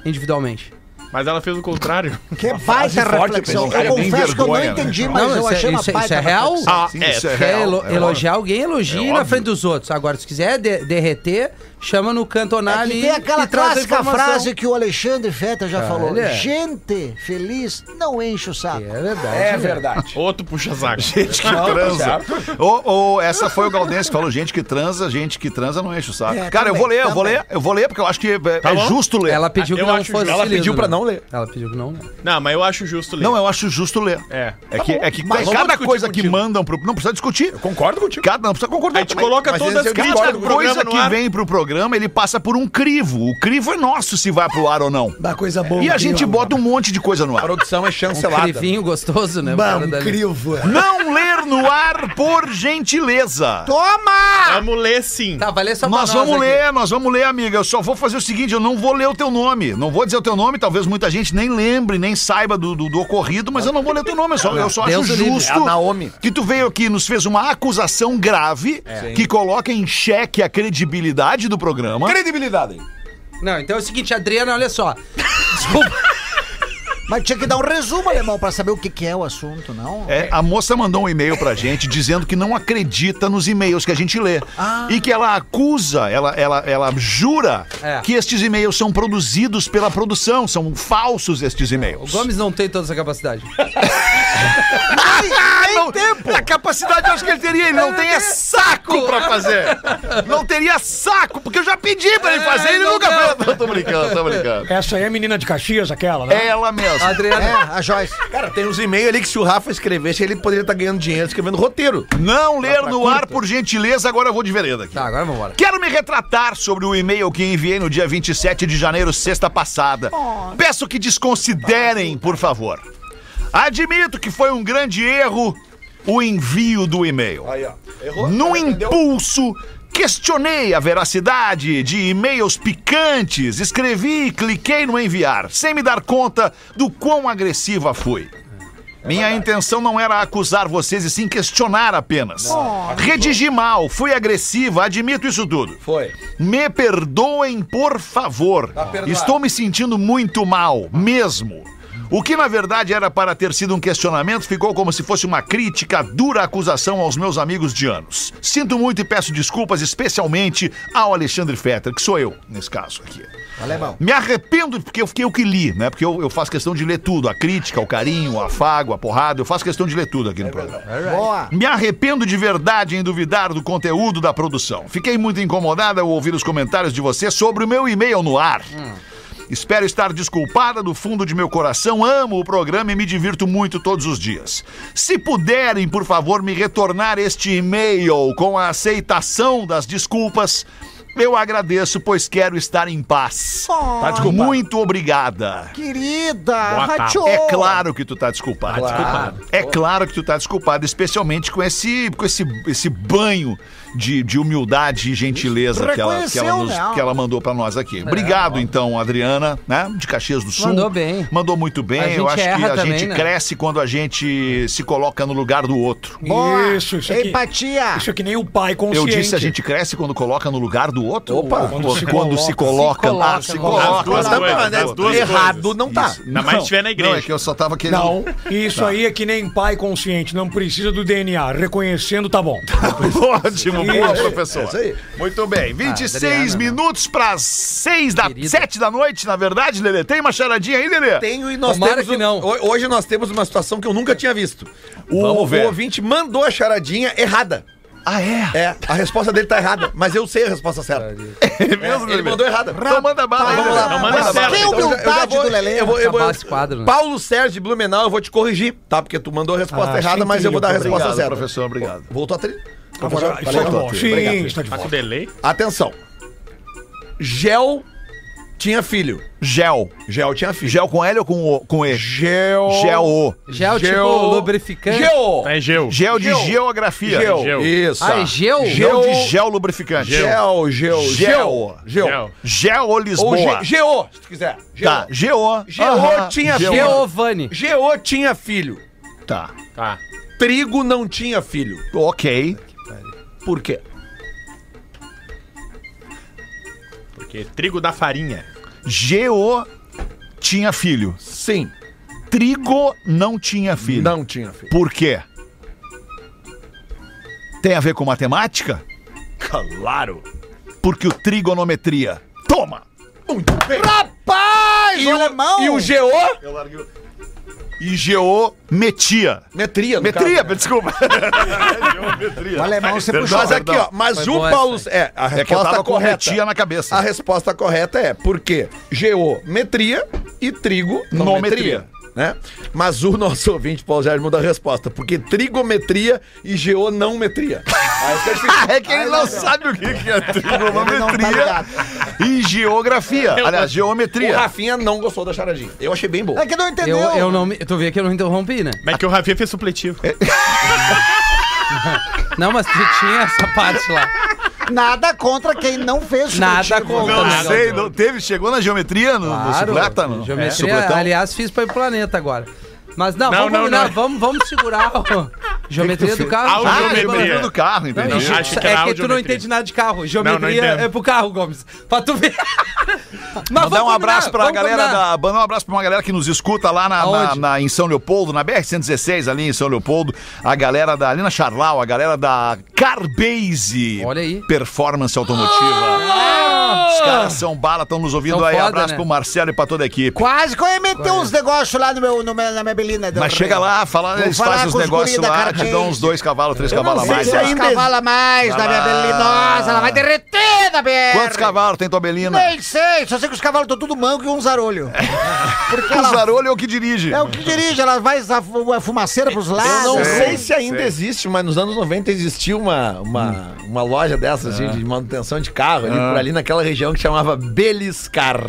[SPEAKER 7] individualmente.
[SPEAKER 9] Mas ela fez o contrário.
[SPEAKER 8] Que baita
[SPEAKER 5] forte,
[SPEAKER 7] Um
[SPEAKER 8] reflexão.
[SPEAKER 4] Pedro.
[SPEAKER 8] Eu
[SPEAKER 4] É bem
[SPEAKER 8] confesso que eu não
[SPEAKER 4] vergonha, né?
[SPEAKER 8] entendi, mas eu
[SPEAKER 7] isso,
[SPEAKER 8] achei
[SPEAKER 7] é,
[SPEAKER 8] uma
[SPEAKER 7] isso, é-
[SPEAKER 8] baita
[SPEAKER 7] isso é real.
[SPEAKER 8] reflexão.
[SPEAKER 9] Ah,
[SPEAKER 4] Sim,
[SPEAKER 9] é.
[SPEAKER 4] isso é
[SPEAKER 7] Quer
[SPEAKER 4] real,
[SPEAKER 7] elo-
[SPEAKER 4] é
[SPEAKER 7] elogiar alguém, elogie
[SPEAKER 4] É
[SPEAKER 7] na
[SPEAKER 4] óbvio.
[SPEAKER 7] frente dos outros. Agora, se quiser de- derreter, chama no
[SPEAKER 8] É
[SPEAKER 7] cantonar
[SPEAKER 8] que
[SPEAKER 7] ali.
[SPEAKER 8] tem aquela
[SPEAKER 7] e traz a
[SPEAKER 8] clássica
[SPEAKER 7] informação.
[SPEAKER 8] frase que o Alexandre Feta já falou.
[SPEAKER 7] é.
[SPEAKER 8] Gente feliz não enche o saco.
[SPEAKER 7] É verdade.
[SPEAKER 5] É verdade.
[SPEAKER 9] Outro puxa-saco.
[SPEAKER 4] Gente que transa. Ou, ou essa foi o Gaudense que falou: gente que transa, gente que transa não enche o saco.
[SPEAKER 8] É,
[SPEAKER 5] tá
[SPEAKER 4] Cara, eu
[SPEAKER 8] também,
[SPEAKER 4] vou ler, eu vou
[SPEAKER 8] também.
[SPEAKER 4] ler, eu vou ler, porque eu acho que é, é
[SPEAKER 9] Tá bom?
[SPEAKER 4] justo ler.
[SPEAKER 7] Ela pediu que
[SPEAKER 9] Eu
[SPEAKER 7] não
[SPEAKER 9] acho
[SPEAKER 7] fosse.
[SPEAKER 9] justo.
[SPEAKER 5] Ela
[SPEAKER 7] lido,
[SPEAKER 5] pediu pra
[SPEAKER 7] né?
[SPEAKER 5] não ler.
[SPEAKER 7] Ela pediu que não ler.
[SPEAKER 9] Não, mas eu acho justo ler.
[SPEAKER 4] Não, eu acho justo ler.
[SPEAKER 9] É.
[SPEAKER 4] É que, é que
[SPEAKER 5] Tá Mas vamos
[SPEAKER 4] cada
[SPEAKER 5] discutir
[SPEAKER 4] coisa que
[SPEAKER 5] contigo.
[SPEAKER 4] mandam pro. Não precisa discutir.
[SPEAKER 5] Concordo contigo.
[SPEAKER 4] Cada, não precisa concordar.
[SPEAKER 9] A gente
[SPEAKER 4] também.
[SPEAKER 9] coloca
[SPEAKER 5] Mas
[SPEAKER 9] todas
[SPEAKER 5] esse
[SPEAKER 9] as
[SPEAKER 5] eu
[SPEAKER 9] críticas
[SPEAKER 5] discordo
[SPEAKER 9] do
[SPEAKER 5] com o
[SPEAKER 9] programa
[SPEAKER 4] coisa
[SPEAKER 9] no
[SPEAKER 4] que
[SPEAKER 9] ar.
[SPEAKER 4] vem pro programa, ele passa por um crivo. O crivo é nosso se vai pro ar ou não.
[SPEAKER 6] Da coisa boa.
[SPEAKER 4] E a gente bota um monte de coisa no
[SPEAKER 5] A
[SPEAKER 4] ar.
[SPEAKER 5] produção é chancelada.
[SPEAKER 7] Um Crivinho gostoso, né? Fora
[SPEAKER 6] Bom,
[SPEAKER 7] dali.
[SPEAKER 6] crivo.
[SPEAKER 4] Não ler no ar, por gentileza.
[SPEAKER 9] Vamos ler sim.
[SPEAKER 7] Tá, vai ler só pra
[SPEAKER 4] Nós vamos
[SPEAKER 7] aqui.
[SPEAKER 4] ler, nós vamos ler, amiga. Eu só vou fazer o seguinte: eu não vou ler o teu nome. Não vou dizer o teu nome, talvez muita gente nem lembre, nem saiba do, do- do ocorrido, mas eu não vou ler o teu nome. Eu só, eu só acho
[SPEAKER 7] Deus o livre.
[SPEAKER 4] justo
[SPEAKER 5] É a Naomi.
[SPEAKER 4] que tu veio aqui e nos fez uma acusação grave
[SPEAKER 7] É.
[SPEAKER 4] que coloca em xeque a credibilidade do programa.
[SPEAKER 5] Credibilidade.
[SPEAKER 7] Não, então é o seguinte, Adriana, olha só. Desculpa.
[SPEAKER 8] Mas tinha que dar um resumo, alemão, pra saber o que, que é o assunto, não?
[SPEAKER 4] É, a moça mandou um e-mail pra gente dizendo que não acredita nos e-mails que a gente lê.
[SPEAKER 7] Ah.
[SPEAKER 4] E que ela acusa, ela, ela, ela jura
[SPEAKER 7] É.
[SPEAKER 4] que estes e-mails são produzidos pela produção, são falsos estes
[SPEAKER 7] O
[SPEAKER 4] e-mails.
[SPEAKER 7] Gomes não tem toda essa capacidade.
[SPEAKER 4] Nem tempo. A capacidade eu acho que ele teria, ele não tem é saco pra fazer. Não teria saco, porque eu já pedi pra ele fazer, ele
[SPEAKER 7] não
[SPEAKER 4] nunca
[SPEAKER 7] deu.
[SPEAKER 4] fez. Não, Tô brincando, tô brincando.
[SPEAKER 6] Essa aí é a menina de Caxias, aquela, né?
[SPEAKER 4] É ela mesma.
[SPEAKER 7] Adriana.
[SPEAKER 8] É, a Joyce.
[SPEAKER 5] Cara, tem uns e-mails ali que se o Rafa escrevesse, ele poderia estar ganhando dinheiro escrevendo roteiro.
[SPEAKER 4] Não ler no ar, por gentileza, agora eu vou de vereda aqui.
[SPEAKER 7] Tá, agora vambora.
[SPEAKER 4] Quero me retratar sobre o e-mail que enviei no dia 27 de janeiro, sexta passada. Peço que desconsiderem, por favor. Admito que foi um grande erro o envio do e-mail. No impulso, questionei a veracidade de e-mails picantes, escrevi e cliquei no enviar, sem me dar conta do quão agressiva fui. Minha intenção não era acusar vocês e sim questionar apenas. Redigi mal, fui agressiva, admito isso tudo.
[SPEAKER 5] Foi.
[SPEAKER 4] Me perdoem, por favor.
[SPEAKER 5] perdoado.
[SPEAKER 4] Estou me sentindo muito mal, mesmo. O que na verdade era para ter sido um questionamento ficou como se fosse uma crítica, dura acusação aos meus amigos de anos. Sinto muito e peço desculpas, especialmente ao Alexandre Fetter, que sou eu, nesse caso aqui.
[SPEAKER 8] Alemão.
[SPEAKER 4] Me arrependo porque eu fiquei o que li, né? Porque eu, eu faço questão de ler tudo: a crítica, o carinho, o afago, a porrada. Eu faço questão de ler tudo aqui no programa.
[SPEAKER 8] Boa.
[SPEAKER 4] Me arrependo de verdade em duvidar do conteúdo da produção. Fiquei muito incomodada ao ouvir os comentários de vocês sobre o meu e-mail no ar. Espero estar desculpada do fundo de meu coração. Amo o programa e me divirto muito todos os dias. Se puderem, por favor, me retornar este e-mail com a aceitação das desculpas, eu agradeço, pois quero estar em paz.
[SPEAKER 8] Tá
[SPEAKER 4] desculpado. Muito obrigada.
[SPEAKER 8] Querida, Ratio.
[SPEAKER 4] É claro que tu tá desculpado.
[SPEAKER 9] Ah,
[SPEAKER 4] É claro que tu tá desculpado, especialmente com esse, com esse, esse banho de, de humildade e gentileza que ela, que, ela
[SPEAKER 8] Reconheceu,
[SPEAKER 4] nos-
[SPEAKER 8] né?
[SPEAKER 4] que ela mandou pra nós aqui. Obrigado, então, Adriana, né? De Caxias do Sul.
[SPEAKER 7] Mandou bem.
[SPEAKER 4] Mandou muito bem.
[SPEAKER 7] A
[SPEAKER 4] Eu
[SPEAKER 7] gente
[SPEAKER 4] acho que
[SPEAKER 7] erra
[SPEAKER 4] a
[SPEAKER 7] também,
[SPEAKER 4] gente
[SPEAKER 7] né?
[SPEAKER 4] cresce quando a gente se coloca no lugar do outro.
[SPEAKER 8] Boa.
[SPEAKER 6] Isso, isso aqui.
[SPEAKER 8] Empatia.
[SPEAKER 6] Isso é que nem o pai
[SPEAKER 4] É, Eu
[SPEAKER 6] consciente.
[SPEAKER 4] disse, a gente cresce quando coloca no lugar do outro?
[SPEAKER 5] Opa,
[SPEAKER 4] Ou
[SPEAKER 6] quando se
[SPEAKER 4] quando se
[SPEAKER 7] coloca.
[SPEAKER 4] coloca. Ah,
[SPEAKER 7] Se
[SPEAKER 4] se
[SPEAKER 7] coloca.
[SPEAKER 4] coloca.
[SPEAKER 9] As duas
[SPEAKER 4] Tá,
[SPEAKER 9] coisas,
[SPEAKER 4] né?
[SPEAKER 9] as duas
[SPEAKER 5] Errado
[SPEAKER 9] coisas.
[SPEAKER 5] não tá.
[SPEAKER 4] Isso.
[SPEAKER 9] Ainda mais se estiver na
[SPEAKER 4] Não, é
[SPEAKER 9] igreja.
[SPEAKER 4] que eu só tava querendo...
[SPEAKER 6] Não, isso aí é que nem pai consciente, não precisa do DNA. Reconhecendo, tá bom.
[SPEAKER 4] Ótimo, boa, professor.
[SPEAKER 5] É isso aí.
[SPEAKER 4] Muito bem,
[SPEAKER 7] Ah,
[SPEAKER 4] 26
[SPEAKER 7] Adriana,
[SPEAKER 4] minutos para 6 da
[SPEAKER 7] Querida.
[SPEAKER 4] 7 da noite, na verdade, Lelê. Tem uma charadinha aí, Lelê?
[SPEAKER 5] Tenho e nós
[SPEAKER 7] Tomara
[SPEAKER 5] temos.
[SPEAKER 7] que
[SPEAKER 5] um-
[SPEAKER 7] não.
[SPEAKER 5] ho- Hoje nós temos uma situação que eu nunca tinha visto. O,
[SPEAKER 4] Vamos ver.
[SPEAKER 5] o ouvinte mandou a charadinha errada.
[SPEAKER 4] Ah, é?
[SPEAKER 5] É, a resposta dele tá errada, mas eu sei a resposta certa.
[SPEAKER 4] É mesmo,
[SPEAKER 5] Ele mandou errada.
[SPEAKER 4] Então manda bala, aí,
[SPEAKER 5] Tá, Vamos
[SPEAKER 4] Lelê.
[SPEAKER 5] lá.
[SPEAKER 9] Não manda
[SPEAKER 5] Mas
[SPEAKER 9] certo.
[SPEAKER 5] Que humildade
[SPEAKER 8] Eu já vou-
[SPEAKER 5] do Lelê.
[SPEAKER 8] eu
[SPEAKER 7] Acabar esse quadro, né?
[SPEAKER 5] Paulo Sérgio de Blumenau, eu vou te corrigir, tá? Porque tu mandou a resposta
[SPEAKER 6] Ah,
[SPEAKER 5] errada,
[SPEAKER 6] sim,
[SPEAKER 5] mas eu vou dar a resposta
[SPEAKER 4] Obrigado,
[SPEAKER 5] certa.
[SPEAKER 4] professor, obrigado.
[SPEAKER 5] Voltou a trilha?
[SPEAKER 6] Professor,
[SPEAKER 5] Agora-
[SPEAKER 6] está de volta. Tá Sim,
[SPEAKER 5] Tá Obrigado.
[SPEAKER 6] está de
[SPEAKER 4] é.
[SPEAKER 9] Tá com
[SPEAKER 6] volta.
[SPEAKER 9] delay?
[SPEAKER 5] Atenção. Gel tinha filho.
[SPEAKER 4] Gel.
[SPEAKER 5] Gel tinha filho.
[SPEAKER 4] Gel com L ou com, o, com E?
[SPEAKER 5] Gel.
[SPEAKER 4] Geo.
[SPEAKER 7] Gel, tipo, lubrificante.
[SPEAKER 5] Geo.
[SPEAKER 9] É Geu.
[SPEAKER 4] Gel de
[SPEAKER 5] Geo.
[SPEAKER 4] geografia.
[SPEAKER 5] Gel.
[SPEAKER 9] Gel.
[SPEAKER 5] Isso.
[SPEAKER 7] Ah, é gel?
[SPEAKER 4] Não
[SPEAKER 5] Gel.
[SPEAKER 4] de gel lubrificante.
[SPEAKER 5] Gel. Gel.
[SPEAKER 4] Gel.
[SPEAKER 5] Gel. Gel.
[SPEAKER 9] Gel.
[SPEAKER 4] Gel
[SPEAKER 5] Ou
[SPEAKER 4] Lisboa.
[SPEAKER 5] Ge- Geo, se tu quiser. Geo.
[SPEAKER 4] Tá, Geo.
[SPEAKER 5] Geo
[SPEAKER 4] Aham,
[SPEAKER 5] tinha
[SPEAKER 4] Geo.
[SPEAKER 7] Geovani.
[SPEAKER 5] Geo tinha filho.
[SPEAKER 4] Tá,
[SPEAKER 9] Tá.
[SPEAKER 5] Trigo não tinha filho.
[SPEAKER 4] ok.
[SPEAKER 5] Por quê?
[SPEAKER 9] Porque trigo da farinha.
[SPEAKER 4] Geo tinha filho.
[SPEAKER 5] Sim.
[SPEAKER 4] Trigo não tinha filho.
[SPEAKER 5] Não tinha filho.
[SPEAKER 4] Por quê? Tem a ver com matemática?
[SPEAKER 9] Claro.
[SPEAKER 4] Porque o trigonometria. Toma!
[SPEAKER 5] Muito bem.
[SPEAKER 8] Rapaz,
[SPEAKER 5] E o,
[SPEAKER 8] alemão.
[SPEAKER 5] e o Geo?
[SPEAKER 4] E geometria.
[SPEAKER 5] Metria. no caso,
[SPEAKER 4] Metria,
[SPEAKER 5] né?
[SPEAKER 4] desculpa.
[SPEAKER 8] O alemão você puxou.
[SPEAKER 5] Mas aqui, ó. Mas
[SPEAKER 7] Foi
[SPEAKER 5] o
[SPEAKER 7] boa
[SPEAKER 5] Paulo...
[SPEAKER 7] essa
[SPEAKER 5] É, a
[SPEAKER 4] É que eu
[SPEAKER 5] resposta
[SPEAKER 4] tava com
[SPEAKER 5] correta.
[SPEAKER 4] metia na
[SPEAKER 5] A
[SPEAKER 4] cabeça.
[SPEAKER 5] resposta correta é porque geometria e trigo
[SPEAKER 4] Nometria.
[SPEAKER 5] nometria. Né? Mas o nosso ouvinte, Paulo Sérgio, muda a resposta. Porque trigometria e geonãometria. Aí fica difícil.
[SPEAKER 4] É que ele não sabe o que que é trigonometria e geografia. Aliás,
[SPEAKER 5] O
[SPEAKER 4] geometria.
[SPEAKER 5] Rafinha não gostou da charadinha. Eu achei bem boa.
[SPEAKER 8] É que não entendeu.
[SPEAKER 7] Eu, eu não me, tu vê que eu não interrompi, né?
[SPEAKER 9] Mas é que o Rafinha fez supletivo.
[SPEAKER 7] Não, mas tu tinha essa parte lá.
[SPEAKER 8] Nada contra quem não fez
[SPEAKER 7] Nada
[SPEAKER 8] contigo.
[SPEAKER 7] contra.
[SPEAKER 4] Não
[SPEAKER 7] Claro.
[SPEAKER 4] sei, não teve, chegou na geometria no, no supleta, no
[SPEAKER 7] Geometria,
[SPEAKER 4] É,
[SPEAKER 7] é
[SPEAKER 4] supletão?
[SPEAKER 7] aliás, fiz para o planeta agora. Mas não,
[SPEAKER 9] Não,
[SPEAKER 7] vamos,
[SPEAKER 9] não,
[SPEAKER 7] combinar,
[SPEAKER 9] não.
[SPEAKER 7] Vamos, vamos segurar o Geometria do carro.
[SPEAKER 9] Ah,
[SPEAKER 7] Ah,
[SPEAKER 9] geometria.
[SPEAKER 4] do carro, entendeu?
[SPEAKER 9] Entendi. Acho que era
[SPEAKER 7] é que tu não
[SPEAKER 9] audiometria.
[SPEAKER 7] entende nada de carro. Geometria
[SPEAKER 9] Não, não entendo.
[SPEAKER 7] é pro carro, Gomes. Pra tu ver. Mas
[SPEAKER 4] Mandar um
[SPEAKER 7] vamos
[SPEAKER 4] abraço
[SPEAKER 7] combinar,
[SPEAKER 4] pra
[SPEAKER 7] vamos
[SPEAKER 4] galera
[SPEAKER 7] combinar.
[SPEAKER 4] da. Mandar um abraço pra uma galera que nos escuta lá na, na-
[SPEAKER 7] Aonde?
[SPEAKER 4] na- em São Leopoldo, na BR-116, ali em São Leopoldo. A galera da Alina Charlau, a galera da Carbase.
[SPEAKER 7] Olha aí. Ah!
[SPEAKER 4] Performance automotiva. Os caras são bala, estão nos ouvindo
[SPEAKER 7] São
[SPEAKER 4] aí.
[SPEAKER 7] foda,
[SPEAKER 4] abraço
[SPEAKER 7] né?
[SPEAKER 4] pro Marcelo e pra toda a equipe.
[SPEAKER 8] Quase que eu ia meter uns negócios lá no meu, no meu- na minha né? belina. do
[SPEAKER 4] Mas
[SPEAKER 8] rei.
[SPEAKER 4] chega lá, fala,
[SPEAKER 8] Vou
[SPEAKER 4] eles
[SPEAKER 8] falar
[SPEAKER 4] fazem os
[SPEAKER 8] com os
[SPEAKER 4] negócios
[SPEAKER 8] guri da
[SPEAKER 4] lá, te
[SPEAKER 8] Carbase.
[SPEAKER 4] dão uns dois cavalos, três cavalos a
[SPEAKER 5] sei
[SPEAKER 4] mais.
[SPEAKER 5] se
[SPEAKER 8] é
[SPEAKER 4] né?
[SPEAKER 5] ainda-
[SPEAKER 8] Cavala mais na minha belinosa, ela vai derreter na BR.
[SPEAKER 4] Quantos cavalos tem tua Belina?
[SPEAKER 8] Nem sei, só sei que os cavalos estão tudo manco e um zarolho. Porque
[SPEAKER 4] O
[SPEAKER 8] ela
[SPEAKER 4] Zarolho é o que dirige.
[SPEAKER 8] é o que dirige, ela faz a fu- a fumaceira pros lados.
[SPEAKER 5] Eu não
[SPEAKER 8] né?
[SPEAKER 5] sei se ainda existe, mas nos anos 90 existiu uma, uma, uma loja dessas
[SPEAKER 9] É.
[SPEAKER 5] assim, de manutenção de carro ali, por ali naquela região que chamava Beliscar.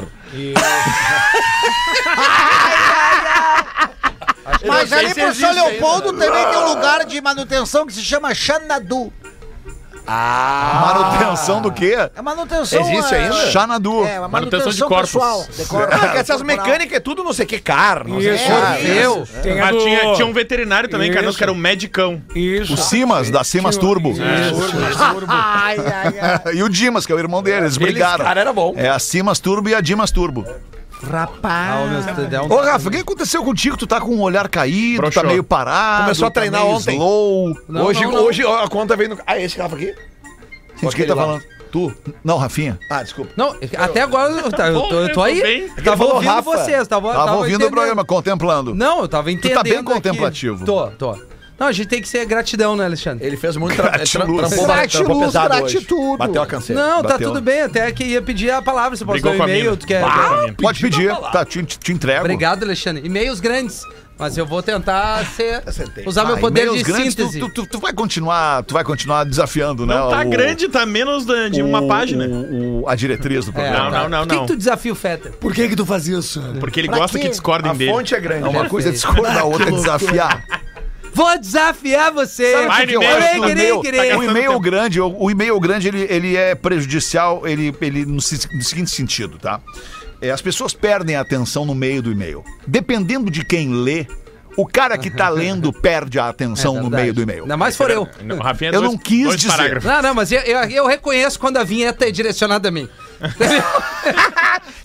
[SPEAKER 8] Mas
[SPEAKER 5] Eu não sei
[SPEAKER 8] ali
[SPEAKER 5] se
[SPEAKER 8] pro São
[SPEAKER 5] existe ainda.
[SPEAKER 8] Leopoldo também tem um lugar de manutenção que se chama Xanadu.
[SPEAKER 4] Manutenção do quê?
[SPEAKER 8] É manutenção.
[SPEAKER 5] Existe
[SPEAKER 8] é,
[SPEAKER 5] ainda?
[SPEAKER 4] Xanadu.
[SPEAKER 8] É, uma
[SPEAKER 9] Manutenção
[SPEAKER 8] manutenção,
[SPEAKER 9] de corpos.
[SPEAKER 8] pessoal. De corpos.
[SPEAKER 5] Porque essas mecânicas é tudo não sei o que, car, não sei o
[SPEAKER 6] Isso,
[SPEAKER 5] que. Ah,
[SPEAKER 7] Eu?
[SPEAKER 6] Tem a
[SPEAKER 9] Mas
[SPEAKER 6] do-
[SPEAKER 9] tinha, tinha um veterinário também,
[SPEAKER 6] Isso.
[SPEAKER 9] Carlos, que era um medicão.
[SPEAKER 6] Isso.
[SPEAKER 4] O Simas, da Simas Turbo.
[SPEAKER 8] Ai, ai, ai.
[SPEAKER 4] E o Dimas, que é o irmão dele, eles brigaram.
[SPEAKER 5] Beliscar era bom.
[SPEAKER 4] É a Simas Turbo e a Dimas Turbo.
[SPEAKER 7] Ah, ô, meu, tu dá um-
[SPEAKER 4] Ô, Rafa, o que aconteceu contigo? Tu tá com o olhar caído,
[SPEAKER 9] Broxou.
[SPEAKER 4] tá meio parado.
[SPEAKER 5] Começou a
[SPEAKER 4] tá
[SPEAKER 5] treinar
[SPEAKER 4] meio
[SPEAKER 5] ontem.
[SPEAKER 4] Slow.
[SPEAKER 7] Não,
[SPEAKER 5] hoje,
[SPEAKER 7] não, não.
[SPEAKER 5] hoje a conta veio no. Ah, esse Rafa aqui?
[SPEAKER 4] Gente, quem
[SPEAKER 5] aquele
[SPEAKER 4] tá
[SPEAKER 5] lá.
[SPEAKER 4] falando? Tu? Não, Rafinha.
[SPEAKER 5] Ah, desculpa.
[SPEAKER 7] Não, até agora eu, tá- eu tô, eu tô aí.
[SPEAKER 9] bem.
[SPEAKER 7] Eu tava
[SPEAKER 5] falou
[SPEAKER 7] ouvindo
[SPEAKER 5] Rafa.
[SPEAKER 7] vocês, tava,
[SPEAKER 4] Tava,
[SPEAKER 7] tava
[SPEAKER 4] ouvindo
[SPEAKER 7] entendendo.
[SPEAKER 4] o programa, contemplando.
[SPEAKER 7] Não, eu tava entendendo.
[SPEAKER 4] tá bem
[SPEAKER 7] aqui.
[SPEAKER 4] contemplativo.
[SPEAKER 7] Tô, tô. Não, a gente tem que ser gratidão, né, Alexandre?
[SPEAKER 5] Ele fez muito tra- tra-
[SPEAKER 4] Gratiluz.
[SPEAKER 5] trampou, ba- trampou
[SPEAKER 8] Gratiluz,
[SPEAKER 5] pesado hoje.
[SPEAKER 8] gratitude.
[SPEAKER 5] Bateu a canseira.
[SPEAKER 7] Não, tá
[SPEAKER 4] é, bateu.
[SPEAKER 7] tudo bem. Até que ia pedir a palavra. Você pode
[SPEAKER 9] Brigou
[SPEAKER 7] dar um
[SPEAKER 9] com a
[SPEAKER 7] e-mail,
[SPEAKER 9] mina.
[SPEAKER 7] tu quer.
[SPEAKER 9] Brigou com a mina.
[SPEAKER 4] Pode pedir, tá, te, te entrego.
[SPEAKER 7] Obrigado, Alexandre. E-mails grandes. Mas eu vou tentar ser, usar meu
[SPEAKER 4] Ah,
[SPEAKER 7] poder
[SPEAKER 4] e-mails
[SPEAKER 7] de
[SPEAKER 4] grandes,
[SPEAKER 7] síntese.
[SPEAKER 4] Tu, tu- tu vai continuar, tu vai continuar desafiando, né?
[SPEAKER 9] Não tá
[SPEAKER 4] o-
[SPEAKER 9] grande, tá menos da- de uma
[SPEAKER 4] o-
[SPEAKER 9] página.
[SPEAKER 4] o- o- a diretriz do
[SPEAKER 7] É,
[SPEAKER 4] programa.
[SPEAKER 9] Não, não, não,
[SPEAKER 7] Por que,
[SPEAKER 9] não.
[SPEAKER 7] que tu desafia o Feta?
[SPEAKER 6] Por que que tu faz isso?
[SPEAKER 9] Porque ele
[SPEAKER 8] Pra
[SPEAKER 9] gosta
[SPEAKER 8] quê?
[SPEAKER 9] que discordem
[SPEAKER 5] A
[SPEAKER 9] dele.
[SPEAKER 5] fonte é grande.
[SPEAKER 4] Uma coisa é discordar, a outra é desafiar.
[SPEAKER 7] Vou desafiar você.
[SPEAKER 4] Sabe o
[SPEAKER 9] Vai
[SPEAKER 4] que que eu
[SPEAKER 9] no
[SPEAKER 4] acho
[SPEAKER 9] e-mail,
[SPEAKER 4] do
[SPEAKER 9] tá
[SPEAKER 4] e-mail?
[SPEAKER 7] gastando
[SPEAKER 4] O e-mail grande, o, o e-mail grande, ele, ele é prejudicial, ele, ele no, se- no seguinte sentido, tá? É, as pessoas perdem a atenção no meio do e-mail. Dependendo de quem lê, o cara que tá lendo perde a atenção no
[SPEAKER 7] É Tá verdade.
[SPEAKER 4] meio do e-mail.
[SPEAKER 7] Ainda mais for eu.
[SPEAKER 9] Não, Rafinha, é
[SPEAKER 4] Eu não quis dizer.
[SPEAKER 9] parágrafos.
[SPEAKER 7] Não, não, mas eu, eu, eu reconheço quando a vinheta é direcionada a mim.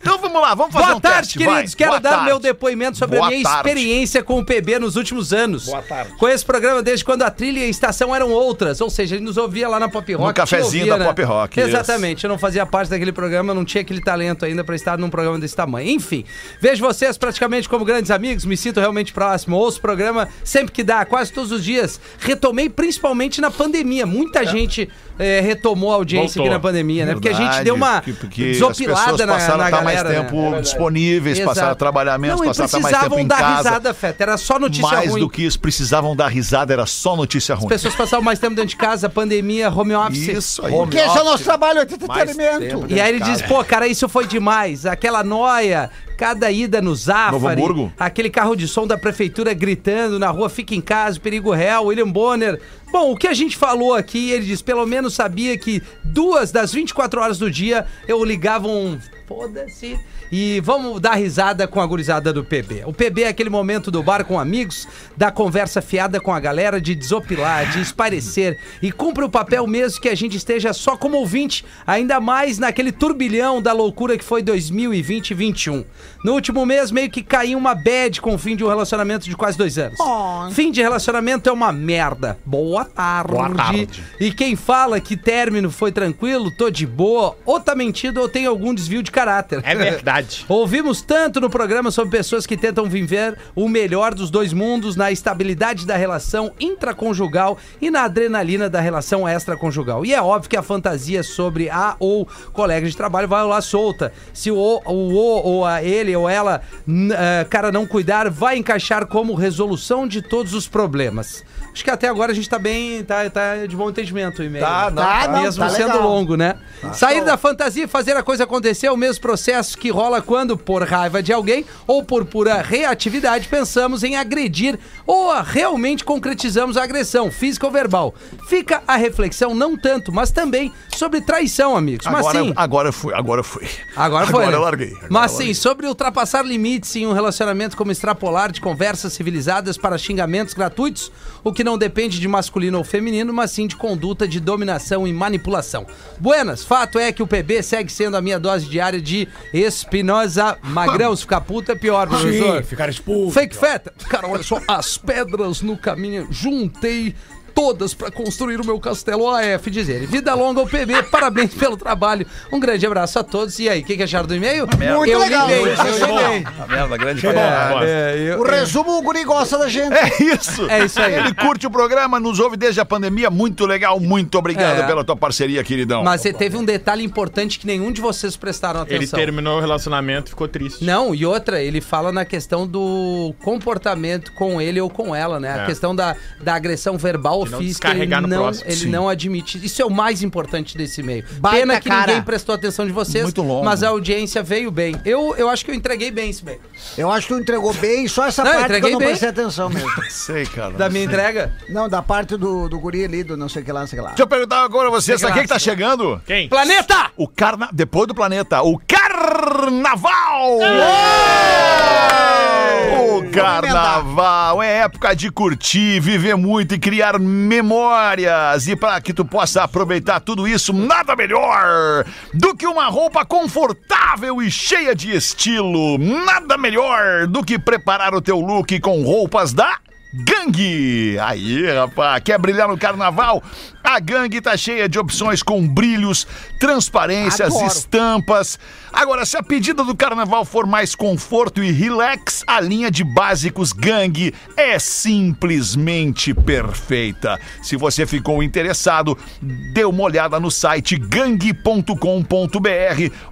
[SPEAKER 4] Então vamos lá, vamos fazer
[SPEAKER 7] Boa
[SPEAKER 4] um
[SPEAKER 7] tarde,
[SPEAKER 4] teste,
[SPEAKER 7] queridos.
[SPEAKER 4] vai.
[SPEAKER 7] Quero
[SPEAKER 4] Boa
[SPEAKER 7] dar
[SPEAKER 4] tarde.
[SPEAKER 7] meu depoimento sobre
[SPEAKER 4] Boa
[SPEAKER 7] a minha
[SPEAKER 4] tarde.
[SPEAKER 7] experiência com o PB nos últimos anos. Boa tarde. Com esse programa desde quando a trilha e a estação eram outras, ou seja, ele nos ouvia lá na Pop Rock. te
[SPEAKER 4] cafezinho
[SPEAKER 7] ouvia,
[SPEAKER 4] da
[SPEAKER 7] né?
[SPEAKER 4] Pop Rock, isso.
[SPEAKER 7] Exatamente. Eu não fazia parte daquele programa, não tinha aquele talento ainda pra estar num programa desse tamanho. Enfim, vejo vocês praticamente como grandes amigos, me sinto realmente próximo. Ouço o programa sempre que dá, quase todos os dias. Retomei principalmente na pandemia.
[SPEAKER 4] É.
[SPEAKER 7] Muita gente eh, retomou a audiência
[SPEAKER 9] Voltou.
[SPEAKER 7] aqui na pandemia, né? Porque a gente deu uma
[SPEAKER 4] Verdade, porque as
[SPEAKER 7] desopilada
[SPEAKER 4] pessoas
[SPEAKER 7] na,
[SPEAKER 4] passaram
[SPEAKER 7] na
[SPEAKER 4] a estar mais
[SPEAKER 7] galera, né?
[SPEAKER 4] tempo disponíveis, passaram a
[SPEAKER 7] Exato.
[SPEAKER 4] trabalhar menos,
[SPEAKER 7] Não, e
[SPEAKER 4] passaram a estar mais
[SPEAKER 7] precisavam
[SPEAKER 4] tempo em
[SPEAKER 7] dar
[SPEAKER 4] casa.
[SPEAKER 7] risada, Feta. Era só notícia
[SPEAKER 4] mais
[SPEAKER 7] ruim.
[SPEAKER 4] do que isso, precisavam dar risada, era só notícia ruim.
[SPEAKER 7] As pessoas passavam mais tempo dentro de casa, pandemia, home office.
[SPEAKER 4] Isso aí.
[SPEAKER 8] Porque esse é o nosso trabalho, é entretenimento.
[SPEAKER 7] E aí ele diz, pô, cara, isso foi demais. Aquela noia, cada ida no
[SPEAKER 4] Novo
[SPEAKER 7] Zafari,
[SPEAKER 4] Hamburgo?
[SPEAKER 7] aquele carro de som da prefeitura gritando na rua, fica em casa, perigo real, William Bonner. Bom, o que a gente falou aqui, ele diz, pelo menos sabia que duas das 24 horas do dia eu ligava um foda-se e vamos dar risada com a gurizada do PB. O PB é aquele momento do bar com amigos, da conversa fiada com a galera, de desopilar, de esparecer e cumpre o papel mesmo que a gente esteja só como ouvinte, ainda mais naquele turbilhão da loucura que foi 2020 e 21. No último mês, meio que caiu uma bad com o fim de um relacionamento de quase dois anos. Fim de relacionamento é uma merda. Boa tarde. Boa tarde. E quem fala que término foi tranquilo, tô de boa, ou tá mentindo ou tem algum desvio de caráter.
[SPEAKER 9] É verdade.
[SPEAKER 7] Ouvimos tanto no programa sobre pessoas que tentam viver o melhor dos dois mundos na estabilidade da relação intraconjugal e na adrenalina da relação extraconjugal. E é óbvio que a fantasia sobre a ou colega de trabalho vai lá solta. Se o o, o, o ou a ele ou ela, n- eh, cara, não cuidar, vai encaixar como resolução de todos os problemas. Acho que até agora a gente tá bem, tá, tá de bom entendimento o e-mail.
[SPEAKER 5] Tá, não,
[SPEAKER 7] Mesmo
[SPEAKER 5] tá.
[SPEAKER 8] Tá
[SPEAKER 7] sendo
[SPEAKER 8] legal.
[SPEAKER 7] longo, né? Sair da fantasia e fazer a coisa acontecer é o mesmo mesmo processo que rola quando, por raiva de alguém ou por pura reatividade, pensamos em agredir ou realmente concretizamos a agressão, física ou verbal. Fica a reflexão não tanto, mas também sobre traição, amigos. mas
[SPEAKER 4] Agora,
[SPEAKER 7] sim,
[SPEAKER 4] agora eu fui, agora eu fui.
[SPEAKER 7] Agora foi.
[SPEAKER 4] Agora
[SPEAKER 7] né?
[SPEAKER 4] eu larguei. agora
[SPEAKER 7] Mas
[SPEAKER 4] eu
[SPEAKER 7] sim, sobre ultrapassar limites em um relacionamento como extrapolar de conversas civilizadas para xingamentos gratuitos, o que não depende de masculino ou feminino, mas sim de conduta de dominação e manipulação. Buenas, fato é que o PB segue sendo a minha dose diária de Espinosa Magrão. Se ficar puta é pior, professor.
[SPEAKER 6] Sim, ficaram expulsos.
[SPEAKER 7] Fake feta. Cara, olha só, as pedras no caminho, juntei todas pra construir o meu castelo AF, diz ele. Vida longa ao PB, parabéns pelo trabalho. Um grande abraço a todos. E aí, o que, que acharam do e-mail?
[SPEAKER 8] Muito
[SPEAKER 7] eu
[SPEAKER 8] legal.
[SPEAKER 7] Li É, bem,
[SPEAKER 8] Muito
[SPEAKER 7] eu li bem.
[SPEAKER 4] larguei. Tá vendo? A grande
[SPEAKER 9] Bosta.
[SPEAKER 8] O resumo, o guri gosta da gente.
[SPEAKER 4] É isso.
[SPEAKER 7] É isso aí.
[SPEAKER 4] Ele curte o programa, nos ouve desde a pandemia. Muito legal, muito obrigado
[SPEAKER 7] É.
[SPEAKER 4] pela tua parceria, queridão.
[SPEAKER 7] Mas você teve um detalhe importante que nenhum de vocês prestaram
[SPEAKER 9] Ele
[SPEAKER 7] atenção.
[SPEAKER 9] terminou o relacionamento e ficou triste.
[SPEAKER 7] Não, e outra, ele fala na questão do comportamento com ele ou com ela, né? A
[SPEAKER 9] É.
[SPEAKER 7] questão da, da agressão verbal ou
[SPEAKER 9] não
[SPEAKER 7] física, ele,
[SPEAKER 9] descarregar no
[SPEAKER 7] não,
[SPEAKER 9] próximo.
[SPEAKER 7] ele
[SPEAKER 9] Sim.
[SPEAKER 7] não admite. Isso é o mais importante desse e-mail.
[SPEAKER 8] Baita
[SPEAKER 7] Pena que
[SPEAKER 8] cara.
[SPEAKER 7] ninguém prestou atenção de vocês,
[SPEAKER 4] Muito longo.
[SPEAKER 7] mas a audiência veio bem. Eu, eu acho que eu entreguei bem esse e-mail.
[SPEAKER 8] Eu acho que tu entregou bem, só essa
[SPEAKER 7] Não,
[SPEAKER 8] parte que eu
[SPEAKER 7] entreguei
[SPEAKER 8] não
[SPEAKER 7] bem.
[SPEAKER 8] prestei atenção mesmo.
[SPEAKER 4] sei, cara.
[SPEAKER 7] Da minha entrega.
[SPEAKER 8] Não, da parte do, do guri ali, do não sei o que lá, não sei o que lá.
[SPEAKER 4] Deixa eu perguntar agora a vocês, sabe quem que tá chegando?
[SPEAKER 9] Quem?
[SPEAKER 7] Planeta!
[SPEAKER 4] O carna... Depois do planeta, o carnaval! O carnaval é época de curtir, viver muito e criar memórias. E para que tu possa aproveitar tudo isso, nada melhor do que uma roupa confortável e cheia de estilo. Nada melhor do que preparar o teu look com roupas da Gangue! Aí, rapaz, quer brilhar no carnaval? A gangue tá cheia de opções com brilhos, transparências,
[SPEAKER 8] Adoro.
[SPEAKER 4] estampas. Agora, se a pedida do carnaval for mais conforto e relax, a linha de básicos gangue é simplesmente perfeita. Se você ficou interessado, dê uma olhada no site gangue.com.br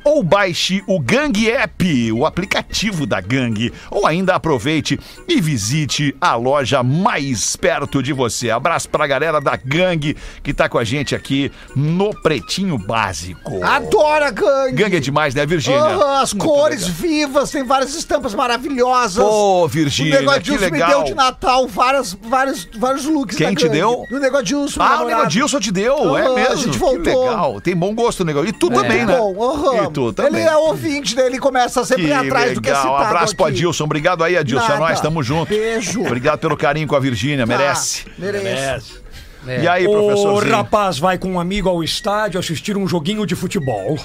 [SPEAKER 4] ou baixe o Gangue App, o aplicativo da gangue, ou ainda aproveite e visite a loja mais perto de você. Abraço pra galera da gangue que tá com a gente aqui no Pretinho Básico.
[SPEAKER 8] Adora gangue!
[SPEAKER 4] Gangue é demais, né, Virgínia?
[SPEAKER 8] Ah, as
[SPEAKER 4] Muito
[SPEAKER 8] cores
[SPEAKER 4] legal.
[SPEAKER 8] vivas, tem várias estampas maravilhosas.
[SPEAKER 4] Pô,
[SPEAKER 8] o
[SPEAKER 4] Virgínia, que
[SPEAKER 8] Negodilson me
[SPEAKER 4] legal.
[SPEAKER 8] deu de Natal várias, vários, vários looks
[SPEAKER 4] Quem
[SPEAKER 8] da
[SPEAKER 4] te
[SPEAKER 8] gangue.
[SPEAKER 4] deu?
[SPEAKER 8] O Negodilson,
[SPEAKER 4] Ah,
[SPEAKER 8] meu
[SPEAKER 4] o
[SPEAKER 8] namorado.
[SPEAKER 4] Negodilson te deu, é
[SPEAKER 8] Aham,
[SPEAKER 4] mesmo.
[SPEAKER 8] a gente
[SPEAKER 4] Que
[SPEAKER 8] voltou. É.
[SPEAKER 4] legal, tem bom gosto, Negão. E tu também, né?
[SPEAKER 8] Bom, aham.
[SPEAKER 4] E tu
[SPEAKER 8] Ele
[SPEAKER 4] também.
[SPEAKER 8] é ouvinte, né? Ele começa sempre
[SPEAKER 4] Que
[SPEAKER 8] atrás do que é
[SPEAKER 4] legal,
[SPEAKER 8] citado
[SPEAKER 4] abraço pro
[SPEAKER 8] aqui.
[SPEAKER 4] Adilson. Obrigado aí, Adilson. É
[SPEAKER 8] Nada.
[SPEAKER 4] nóis, tamo junto.
[SPEAKER 8] Beijo.
[SPEAKER 4] Obrigado pelo carinho com a Virgínia,
[SPEAKER 8] Ah,
[SPEAKER 4] merece.
[SPEAKER 8] merece. É.
[SPEAKER 4] E aí,
[SPEAKER 6] O
[SPEAKER 4] professorzinho?
[SPEAKER 6] rapaz vai com um amigo ao estádio assistir um joguinho de futebol.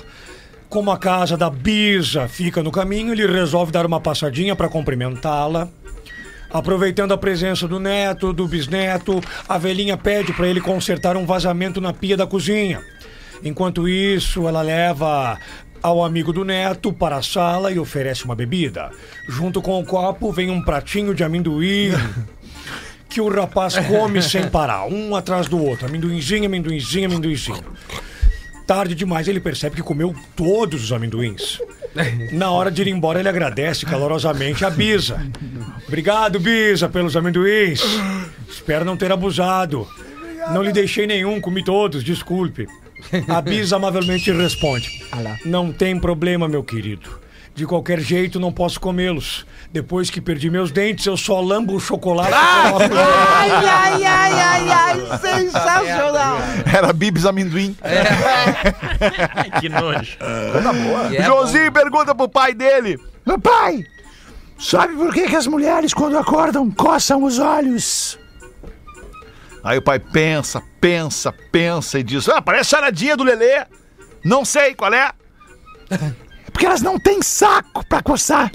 [SPEAKER 6] Como a casa da Bisa fica no caminho, ele resolve dar uma passadinha para cumprimentá-la. Aproveitando a presença do neto, do bisneto, a velhinha pede para ele consertar um vazamento na pia da cozinha. Enquanto isso, ela leva ao amigo do neto para a sala e oferece uma bebida. Junto com o copo vem um pratinho de amendoim que o rapaz come sem parar, um atrás do outro. Amendoinzinho, amendoinzinho, amendoinzinho. Tarde demais, ele percebe que comeu todos os amendoins. Na hora de ir embora, ele agradece calorosamente a Bisa. Obrigado, Bisa, pelos amendoins. Espero não ter abusado. Não lhe deixei nenhum, comi todos, desculpe. A Bisa amavelmente responde: Não tem problema, meu querido. De qualquer jeito, não posso comê-los. Depois que perdi meus dentes, eu só lambo o chocolate. próprio."
[SPEAKER 8] Ai, ai, ai, ai, ai, sensacional.
[SPEAKER 4] Era Bibis Amendoim.
[SPEAKER 8] É.
[SPEAKER 9] Ai, que nojo.
[SPEAKER 7] E é
[SPEAKER 4] Josinho pergunta pro pai dele.
[SPEAKER 3] Meu pai, sabe por que, que as mulheres, quando acordam, coçam os olhos?
[SPEAKER 4] Aí o pai pensa, pensa, pensa e diz: Ah, parece charadinha do Lelê. Não sei qual é.
[SPEAKER 3] Porque elas não têm saco pra coçar.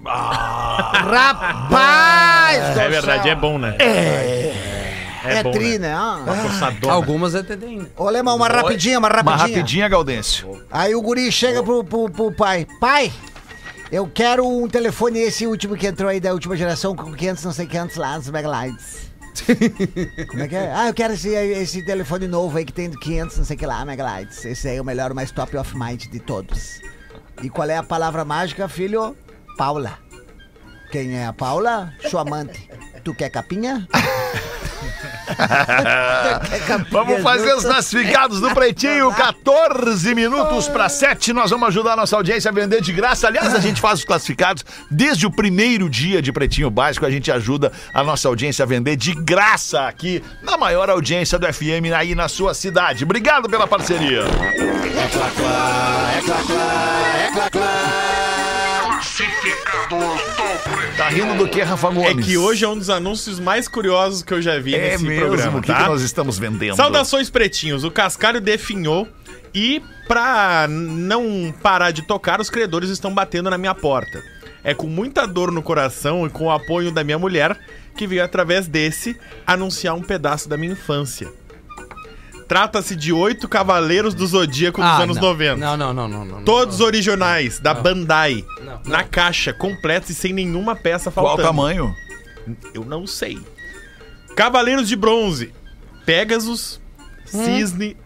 [SPEAKER 9] É verdade, é bom, né? É.
[SPEAKER 8] É,
[SPEAKER 9] bom,
[SPEAKER 8] tri,
[SPEAKER 9] né?
[SPEAKER 8] né? Ah.
[SPEAKER 7] bom.
[SPEAKER 9] Coçadona.
[SPEAKER 7] Algumas até tem. né?
[SPEAKER 8] Ô, Alemão, uma rapidinha, uma rapidinha.
[SPEAKER 4] Uma rapidinha, Gaudêncio.
[SPEAKER 8] Aí o guri chega pro, pro, pro pai. Pai, eu quero um telefone esse último que entrou aí da última geração com 500, não sei quantos lá, dos megalites. Como é que é? Ah, eu quero esse, esse telefone novo aí que tem 500, não sei que lá, megalites. Esse aí é o melhor, o mais top of mind de todos. E qual é a palavra mágica, filho? Paula. Quem é a Paula? Sua amante. Tu quer capinha?
[SPEAKER 4] Vamos fazer os classificados do Pretinho, 14 minutos para 7. Nós vamos ajudar a nossa audiência a vender de graça. Aliás, a gente faz os classificados desde o primeiro dia de Pretinho Básico. A gente ajuda a nossa audiência a vender de graça aqui na maior audiência do FM aí na sua cidade. Obrigado pela parceria. Tá rindo do que, Rafa
[SPEAKER 9] É
[SPEAKER 4] Gomes?
[SPEAKER 9] que hoje é um dos anúncios mais curiosos que eu já vi
[SPEAKER 4] é
[SPEAKER 9] nesse
[SPEAKER 4] mesmo
[SPEAKER 9] programa,
[SPEAKER 4] o que, que
[SPEAKER 9] tá?
[SPEAKER 4] nós estamos vendendo.
[SPEAKER 9] Saudações pretinhos, o cascalho definhou e pra não parar de tocar, os credores estão batendo na minha porta. É com muita dor no coração e com o apoio da minha mulher que veio através desse anunciar um pedaço da minha infância. Trata-se de oito cavaleiros do Zodíaco dos
[SPEAKER 7] Ah,
[SPEAKER 9] anos
[SPEAKER 7] não.
[SPEAKER 9] 90.
[SPEAKER 7] Não, não, não, não. não, não.
[SPEAKER 9] Todos originais, da Bandai.
[SPEAKER 7] Não,
[SPEAKER 9] Na caixa, completos e sem nenhuma peça
[SPEAKER 4] Qual
[SPEAKER 9] faltando.
[SPEAKER 4] o tamanho?
[SPEAKER 9] Eu não sei. Cavaleiros de Bronze. Pegasus,
[SPEAKER 7] Hum.
[SPEAKER 9] Cisne,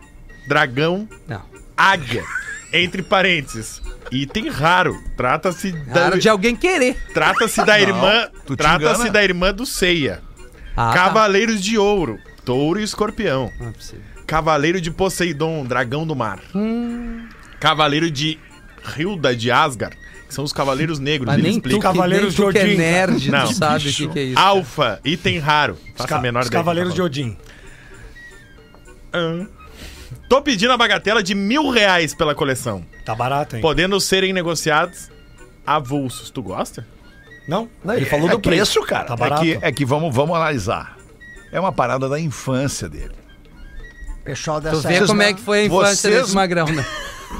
[SPEAKER 9] Dragão,
[SPEAKER 7] Não.
[SPEAKER 9] Águia. Entre parênteses. Item raro. Trata-se da,
[SPEAKER 7] Claro, de alguém querer.
[SPEAKER 9] trata-se da irmã,
[SPEAKER 4] tu te
[SPEAKER 9] trata-se
[SPEAKER 4] engana. tá.
[SPEAKER 9] da irmã do Ceia.
[SPEAKER 7] Ah,
[SPEAKER 9] Cavaleiros de Ouro, Touro e Escorpião.
[SPEAKER 7] Tá. Não é possível.
[SPEAKER 9] Cavaleiro de Poseidon, Dragão do Mar. Cavaleiro de Hilda de Asgard, que são os Cavaleiros Negros.
[SPEAKER 7] Mas
[SPEAKER 9] ele
[SPEAKER 7] nem tu,
[SPEAKER 9] explica.
[SPEAKER 7] que, nem
[SPEAKER 6] Cavaleiros de
[SPEAKER 7] tu que é
[SPEAKER 6] Odin, cara.
[SPEAKER 7] nerd,
[SPEAKER 9] Não,
[SPEAKER 7] não sabe o que, que é isso.
[SPEAKER 9] Alfa, item raro.
[SPEAKER 6] Os,
[SPEAKER 9] Faça a
[SPEAKER 6] ca-
[SPEAKER 9] menor
[SPEAKER 6] os
[SPEAKER 9] ideia do que
[SPEAKER 6] Cavaleiros
[SPEAKER 9] tá
[SPEAKER 6] de Odin.
[SPEAKER 9] Ahn. Tô pedindo a bagatela de mil reais pela coleção,
[SPEAKER 6] Tá barato, hein?
[SPEAKER 9] podendo serem negociados avulsos. Tu gosta?
[SPEAKER 6] Não? É
[SPEAKER 5] Ele falou do preço, cara.
[SPEAKER 6] Tá
[SPEAKER 4] É
[SPEAKER 6] barato.
[SPEAKER 4] que, é que vamos, vamos analisar. É uma parada da infância dele.
[SPEAKER 8] Pessoal
[SPEAKER 7] Tu
[SPEAKER 8] dessa
[SPEAKER 7] vê como é que foi a infância
[SPEAKER 4] vocês-
[SPEAKER 7] desse magrão, né?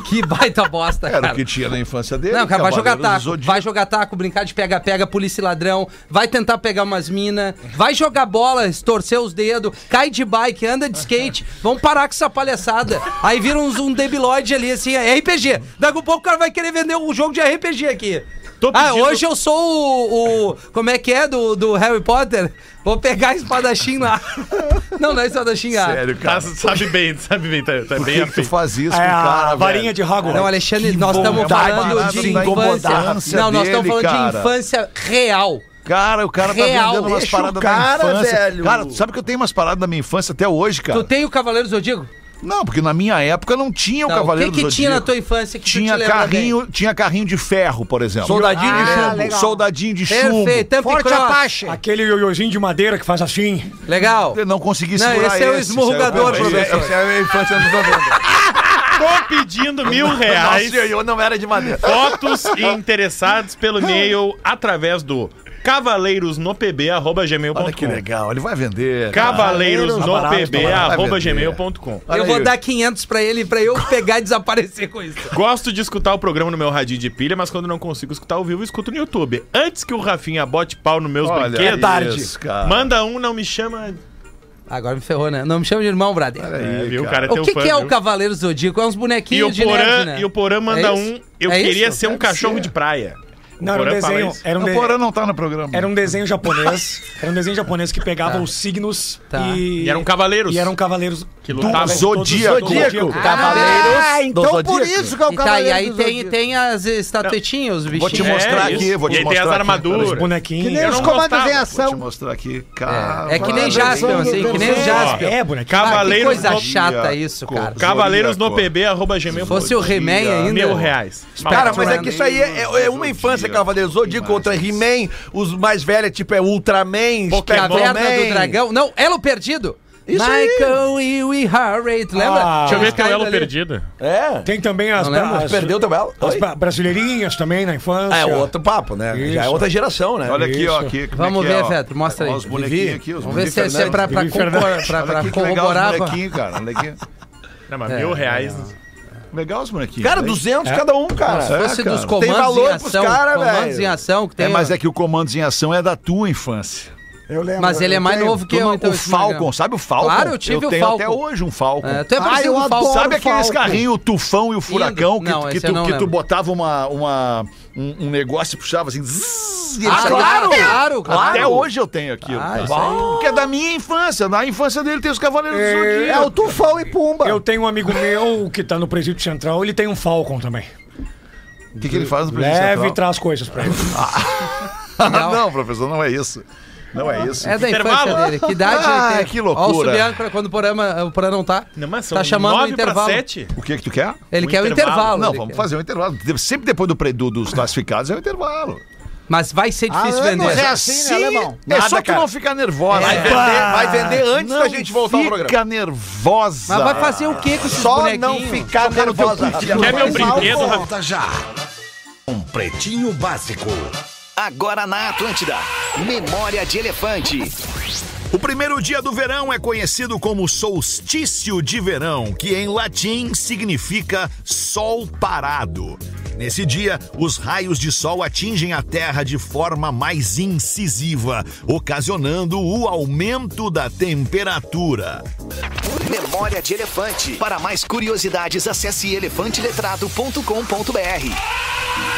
[SPEAKER 7] Que baita bosta,
[SPEAKER 4] Era
[SPEAKER 7] cara.
[SPEAKER 4] o É que tinha na infância dele.
[SPEAKER 7] Não, cara, vai jogar
[SPEAKER 4] Cavaleiro do
[SPEAKER 7] taco.
[SPEAKER 4] Zodíaco.
[SPEAKER 7] Vai jogar taco, brincar de pega-pega, polícia e ladrão. Vai tentar pegar umas minas. Vai jogar bola, torcer os dedos. Cai de bike, anda de skate. Vamos parar com essa palhaçada. Aí vira uns, um debilóide ali, assim, é RPG. Daqui a pouco o cara vai querer vender um jogo de RPG aqui.
[SPEAKER 9] Tô
[SPEAKER 7] Ah,
[SPEAKER 9] pedindo-
[SPEAKER 7] hoje eu sou o, o- Como é que é do, do Harry Potter? Vou pegar a espadachim lá. Não, não é espadachim lá.
[SPEAKER 4] Sério,
[SPEAKER 9] Tá,
[SPEAKER 4] cara.
[SPEAKER 9] sabe bem, sabe bem, tá, tá
[SPEAKER 4] Por
[SPEAKER 9] bem
[SPEAKER 4] que, que tu
[SPEAKER 9] afim.
[SPEAKER 4] faz isso com
[SPEAKER 6] É
[SPEAKER 4] o cara,
[SPEAKER 6] a varinha
[SPEAKER 4] velho?
[SPEAKER 6] de Hagrid.
[SPEAKER 7] Não, Alexandre, nós estamos
[SPEAKER 4] vontade
[SPEAKER 7] falando
[SPEAKER 4] barata
[SPEAKER 7] de
[SPEAKER 4] é da
[SPEAKER 7] infância.
[SPEAKER 4] infância
[SPEAKER 7] Não, nós
[SPEAKER 4] dele,
[SPEAKER 7] estamos falando de
[SPEAKER 4] cara.
[SPEAKER 7] infância real.
[SPEAKER 4] Cara, o cara tá
[SPEAKER 7] Real.
[SPEAKER 4] vendendo umas
[SPEAKER 5] Deixa o
[SPEAKER 4] paradas da
[SPEAKER 5] cara,
[SPEAKER 4] infância.
[SPEAKER 5] velho.
[SPEAKER 4] Cara, tu sabe que eu tenho umas paradas da minha infância até hoje, cara?
[SPEAKER 7] Tu tem o Cavaleiro do Zodíaco?
[SPEAKER 4] Não, porque na minha época não tinha o
[SPEAKER 7] Tá,
[SPEAKER 4] Cavaleiro
[SPEAKER 7] o que, que
[SPEAKER 4] do
[SPEAKER 7] tinha na
[SPEAKER 4] Zodíaco.
[SPEAKER 7] tua infância que tu
[SPEAKER 4] tinha
[SPEAKER 7] te lembra
[SPEAKER 4] carrinho, tinha carrinho de ferro, por exemplo.
[SPEAKER 8] Ah,
[SPEAKER 5] Soldadinho de chumbo.
[SPEAKER 4] Soldadinho, soldadinho de
[SPEAKER 7] bem?
[SPEAKER 4] chumbo.
[SPEAKER 7] Perfeito, Então Tamp
[SPEAKER 8] Forte
[SPEAKER 7] Cross.
[SPEAKER 8] Apache.
[SPEAKER 6] Aquele ioiôzinho de madeira que faz assim.
[SPEAKER 7] Legal.
[SPEAKER 4] Eu não consegui
[SPEAKER 7] Não,
[SPEAKER 4] segurar
[SPEAKER 7] esse é o
[SPEAKER 4] esse,
[SPEAKER 7] esmurrugador,
[SPEAKER 4] esse é o-
[SPEAKER 7] professor.
[SPEAKER 4] esse é a infância dos 90.
[SPEAKER 9] Tô pedindo mil reais,
[SPEAKER 4] Nossa, eu não era de madeira.
[SPEAKER 9] fotos e interessados pelo e-mail através do
[SPEAKER 4] Olha que
[SPEAKER 9] cavaleirosnopb.gmail.com
[SPEAKER 4] legal, ele vai vender. cara. Tá
[SPEAKER 9] cavaleirosnopb.gmail.com
[SPEAKER 7] Eu
[SPEAKER 4] Olha
[SPEAKER 7] vou
[SPEAKER 4] aí.
[SPEAKER 7] dar 500 pra ele pra eu pegar e desaparecer com isso.
[SPEAKER 9] Gosto de escutar o programa no meu radinho de pilha, mas quando não consigo escutar ao vivo, escuto no YouTube. Antes que o Rafinha bote pau nos meus
[SPEAKER 4] Olha
[SPEAKER 9] brinquedos,
[SPEAKER 4] isso, cara.
[SPEAKER 9] manda um, não me chama.
[SPEAKER 7] Agora me ferrou, né? Não me chama de irmão, brother.
[SPEAKER 9] É, viu, cara, é
[SPEAKER 7] O
[SPEAKER 9] teu
[SPEAKER 7] que,
[SPEAKER 9] fã,
[SPEAKER 7] que é o
[SPEAKER 9] viu?
[SPEAKER 7] Cavaleiro do Zodíaco? É uns
[SPEAKER 9] E o
[SPEAKER 7] bonequinhos de
[SPEAKER 9] Porã,
[SPEAKER 7] nerd, né?
[SPEAKER 9] e o Porã manda
[SPEAKER 7] É isso?
[SPEAKER 9] um. Eu
[SPEAKER 7] É
[SPEAKER 9] queria
[SPEAKER 7] isso?
[SPEAKER 9] ser um cachorro de praia.
[SPEAKER 6] Não,
[SPEAKER 9] O
[SPEAKER 6] era um
[SPEAKER 9] Porã fala
[SPEAKER 6] desenho.
[SPEAKER 9] isso.
[SPEAKER 6] Era um,
[SPEAKER 4] O
[SPEAKER 7] é-
[SPEAKER 6] de-
[SPEAKER 4] Porã não tá no programa.
[SPEAKER 6] era um desenho japonês. Era um desenho japonês que pegava os signos
[SPEAKER 7] Tá.
[SPEAKER 6] e.
[SPEAKER 9] E eram cavaleiros.
[SPEAKER 6] E eram cavaleiros.
[SPEAKER 9] Que
[SPEAKER 6] do-
[SPEAKER 9] lutavam.
[SPEAKER 6] todos
[SPEAKER 4] Zodíaco.
[SPEAKER 6] do Zodíaco.
[SPEAKER 8] Ah, então por isso que é o
[SPEAKER 7] E tá, e
[SPEAKER 8] cavaleiro
[SPEAKER 7] aí
[SPEAKER 8] do
[SPEAKER 7] tem,
[SPEAKER 8] Zodíaco.
[SPEAKER 7] tem as estatuetinhas, os
[SPEAKER 4] Vou te
[SPEAKER 7] bichinhos.
[SPEAKER 4] mostrar
[SPEAKER 9] É,
[SPEAKER 4] aqui,
[SPEAKER 9] isso.
[SPEAKER 4] vou
[SPEAKER 9] E
[SPEAKER 4] te
[SPEAKER 9] aí tem
[SPEAKER 4] mostrar.
[SPEAKER 9] as
[SPEAKER 4] aqui,
[SPEAKER 9] armaduras.
[SPEAKER 4] peraí.
[SPEAKER 6] Bonequinhos.
[SPEAKER 8] Que nem
[SPEAKER 9] Eu
[SPEAKER 8] os
[SPEAKER 9] não
[SPEAKER 8] comandos
[SPEAKER 9] gostava.
[SPEAKER 8] em
[SPEAKER 4] Vou te
[SPEAKER 8] ação.
[SPEAKER 4] mostrar aqui,
[SPEAKER 7] É,
[SPEAKER 4] cara.
[SPEAKER 7] é que nem
[SPEAKER 8] Cavaleiro
[SPEAKER 7] Jaspion,
[SPEAKER 8] do
[SPEAKER 7] assim, que nem
[SPEAKER 8] Zodíaco.
[SPEAKER 7] Jaspion.
[SPEAKER 6] É, bonequinho.
[SPEAKER 7] Ah, que
[SPEAKER 9] Cavaleiros
[SPEAKER 7] coisa
[SPEAKER 9] no-
[SPEAKER 7] chata isso, cara.
[SPEAKER 9] Cavaleiros no pb, arroba gmail.
[SPEAKER 7] Fosse o He-Man ainda.
[SPEAKER 9] Mil reais.
[SPEAKER 5] Cara,
[SPEAKER 7] Spectrum.
[SPEAKER 5] mas é que isso aí é, é- é uma infância, Cavaleiro Zodíaco contra He-Man, os mais velhos, tipo, é Ultraman,
[SPEAKER 7] Caverna do
[SPEAKER 5] Spectrum Man.
[SPEAKER 7] Dragão. Não, Elo Perdido.
[SPEAKER 5] Isso aí.
[SPEAKER 7] Michael e We Harry, tu lembra?
[SPEAKER 6] Ah.
[SPEAKER 7] Tinha
[SPEAKER 6] Deixa eu
[SPEAKER 7] uns caras ali.
[SPEAKER 9] perdido.
[SPEAKER 5] É,
[SPEAKER 6] Tem também as.
[SPEAKER 7] Não lembro,
[SPEAKER 6] as-
[SPEAKER 5] perdeu também ela.
[SPEAKER 6] As
[SPEAKER 5] Oi?
[SPEAKER 6] bra- brasileirinhas também na infância.
[SPEAKER 5] É outro papo, né? Já é
[SPEAKER 6] Isso.
[SPEAKER 5] outra geração, né?
[SPEAKER 4] Olha aqui, ó.
[SPEAKER 6] Isso.
[SPEAKER 4] Aqui, como
[SPEAKER 7] Vamos
[SPEAKER 4] é que
[SPEAKER 7] ver,
[SPEAKER 4] é, ó.
[SPEAKER 7] Fetter, mostra
[SPEAKER 4] Ó,
[SPEAKER 7] aí.
[SPEAKER 4] Os bonequinhos
[SPEAKER 5] Vivi.
[SPEAKER 4] aqui, os
[SPEAKER 7] Vamos ver se esse é pra, pra,
[SPEAKER 6] Vivi
[SPEAKER 7] compor,
[SPEAKER 6] Fernandes.
[SPEAKER 7] pra, pra
[SPEAKER 4] Olha aqui que legal os
[SPEAKER 7] corroborar. pra-
[SPEAKER 4] bonequinhos, cara. Olha aqui.
[SPEAKER 9] Não,
[SPEAKER 7] É.
[SPEAKER 9] mas mil reais.
[SPEAKER 4] Legal os bonequinhos.
[SPEAKER 5] Cara,
[SPEAKER 4] né?
[SPEAKER 5] 200 cada um,
[SPEAKER 7] Se
[SPEAKER 5] cara.
[SPEAKER 7] fosse
[SPEAKER 4] cara.
[SPEAKER 7] dos
[SPEAKER 4] Tem
[SPEAKER 7] comandos
[SPEAKER 5] valor
[SPEAKER 7] em
[SPEAKER 5] pros
[SPEAKER 7] ação.
[SPEAKER 5] cara,
[SPEAKER 7] comandos
[SPEAKER 5] velho.
[SPEAKER 7] em ação que tem.
[SPEAKER 4] É, mas é que o Comandos em Ação é da tua infância.
[SPEAKER 3] Eu lembro.
[SPEAKER 7] Mas ele é
[SPEAKER 3] eu
[SPEAKER 7] mais
[SPEAKER 3] tenho.
[SPEAKER 7] novo que
[SPEAKER 4] Tu
[SPEAKER 7] eu,
[SPEAKER 4] não-
[SPEAKER 7] então.
[SPEAKER 4] o
[SPEAKER 7] esse
[SPEAKER 4] Falcon,
[SPEAKER 7] magrão.
[SPEAKER 4] sabe o Falcon?
[SPEAKER 7] Claro, eu tive o
[SPEAKER 4] tenho
[SPEAKER 7] Falcon.
[SPEAKER 4] até hoje um Falcon.
[SPEAKER 7] É, tu é
[SPEAKER 8] Ah,
[SPEAKER 7] parecido
[SPEAKER 8] eu
[SPEAKER 7] com o
[SPEAKER 8] adoro.
[SPEAKER 7] Falcon.
[SPEAKER 4] Sabe aqueles
[SPEAKER 8] Falcon.
[SPEAKER 4] carrinhos, o tufão e o furacão, que,
[SPEAKER 7] Não,
[SPEAKER 4] que
[SPEAKER 7] esse
[SPEAKER 4] tu,
[SPEAKER 7] eu não
[SPEAKER 4] que tu
[SPEAKER 7] lembro.
[SPEAKER 4] botava uma, uma- um, um negócio e puxava assim. zzz, e ele
[SPEAKER 7] Ah,
[SPEAKER 4] saía.
[SPEAKER 7] claro, claro, claro.
[SPEAKER 4] Até hoje eu tenho aquilo.
[SPEAKER 7] Ah,
[SPEAKER 4] cara.
[SPEAKER 7] isso aí.
[SPEAKER 4] Porque é da minha infância. Na infância dele tem os Cavaleiros do Zodíaco.
[SPEAKER 8] É o Tufão e Pumba.
[SPEAKER 6] Eu tenho um amigo meu que tá no presídio central, ele tem um Falcon também.
[SPEAKER 4] O que, que ele faz no Presidente
[SPEAKER 6] Leve e
[SPEAKER 4] Central?
[SPEAKER 6] traz coisas pra ele.
[SPEAKER 4] Ah, não, professor, não é isso. Não é isso.
[SPEAKER 7] É da infância
[SPEAKER 9] Intervalo.
[SPEAKER 7] dele. Que idade
[SPEAKER 4] Ah,
[SPEAKER 7] ele tem?
[SPEAKER 4] que
[SPEAKER 7] Ó, o
[SPEAKER 4] loucura.
[SPEAKER 7] Subiano, pra quando o Porã, o Porã não tá.
[SPEAKER 9] Não, mas são
[SPEAKER 7] tá chamando o
[SPEAKER 9] nove pra
[SPEAKER 7] intervalo.
[SPEAKER 9] sete.
[SPEAKER 4] O que que tu quer?
[SPEAKER 7] Ele
[SPEAKER 9] O
[SPEAKER 7] quer o
[SPEAKER 9] intervalo.
[SPEAKER 7] intervalo.
[SPEAKER 4] Não,
[SPEAKER 7] ele
[SPEAKER 4] vamos
[SPEAKER 7] quer.
[SPEAKER 4] fazer um intervalo. Sempre depois do predu dos classificados é o intervalo.
[SPEAKER 7] Mas vai ser difícil
[SPEAKER 8] Ah,
[SPEAKER 7] vender.
[SPEAKER 8] mas é assim, né, alemão?
[SPEAKER 4] É
[SPEAKER 5] Nada,
[SPEAKER 4] só tu
[SPEAKER 5] cara.
[SPEAKER 4] não ficar nervosa. É.
[SPEAKER 5] Vai vender, vai vender antes da gente voltar ao
[SPEAKER 4] fica
[SPEAKER 5] programa.
[SPEAKER 4] nervosa.
[SPEAKER 7] Mas vai fazer o quê com esses
[SPEAKER 5] Só
[SPEAKER 7] bonequinhos?
[SPEAKER 5] não ficar nervosa.
[SPEAKER 9] Quer É
[SPEAKER 8] é
[SPEAKER 9] meu brinquedo, Rafa?
[SPEAKER 2] Volta já. Um pretinho básico.
[SPEAKER 10] Agora na Atlântida. Memória de Elefante.
[SPEAKER 4] O primeiro dia do verão é conhecido como solstício de verão, que em latim significa sol parado. Nesse dia, os raios de sol atingem a Terra de forma mais incisiva, ocasionando o aumento da temperatura.
[SPEAKER 10] É Memória de Elefante. Para mais curiosidades, acesse elefanteletrado.com.br.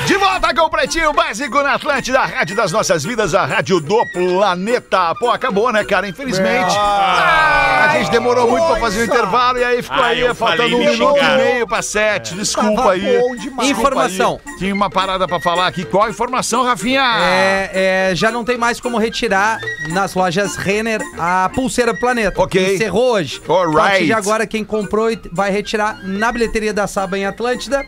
[SPEAKER 4] De volta com o Pretinho Básico na Atlântida, a rádio das nossas vidas, a rádio do planeta. Pô, acabou, né, cara? Infelizmente. Ah, a gente demorou muito pra fazer o intervalo e aí ficou
[SPEAKER 9] Ah,
[SPEAKER 4] aí
[SPEAKER 9] eu
[SPEAKER 4] faltando
[SPEAKER 9] falei, É.
[SPEAKER 4] um
[SPEAKER 9] me
[SPEAKER 4] minuto e
[SPEAKER 9] xingaram.
[SPEAKER 4] meio pra sete. Desculpa aí. Desculpa aí.
[SPEAKER 7] Informação.
[SPEAKER 4] Tinha uma parada pra falar aqui. Qual a informação, Rafinha?
[SPEAKER 7] É, é, já não tem mais como retirar nas lojas Renner a pulseira Planeta.
[SPEAKER 4] Ok.
[SPEAKER 7] que Encerrou hoje.
[SPEAKER 4] Alright.
[SPEAKER 7] A partir de agora, quem comprou e vai retirar na bilheteria da Saba em Atlântida.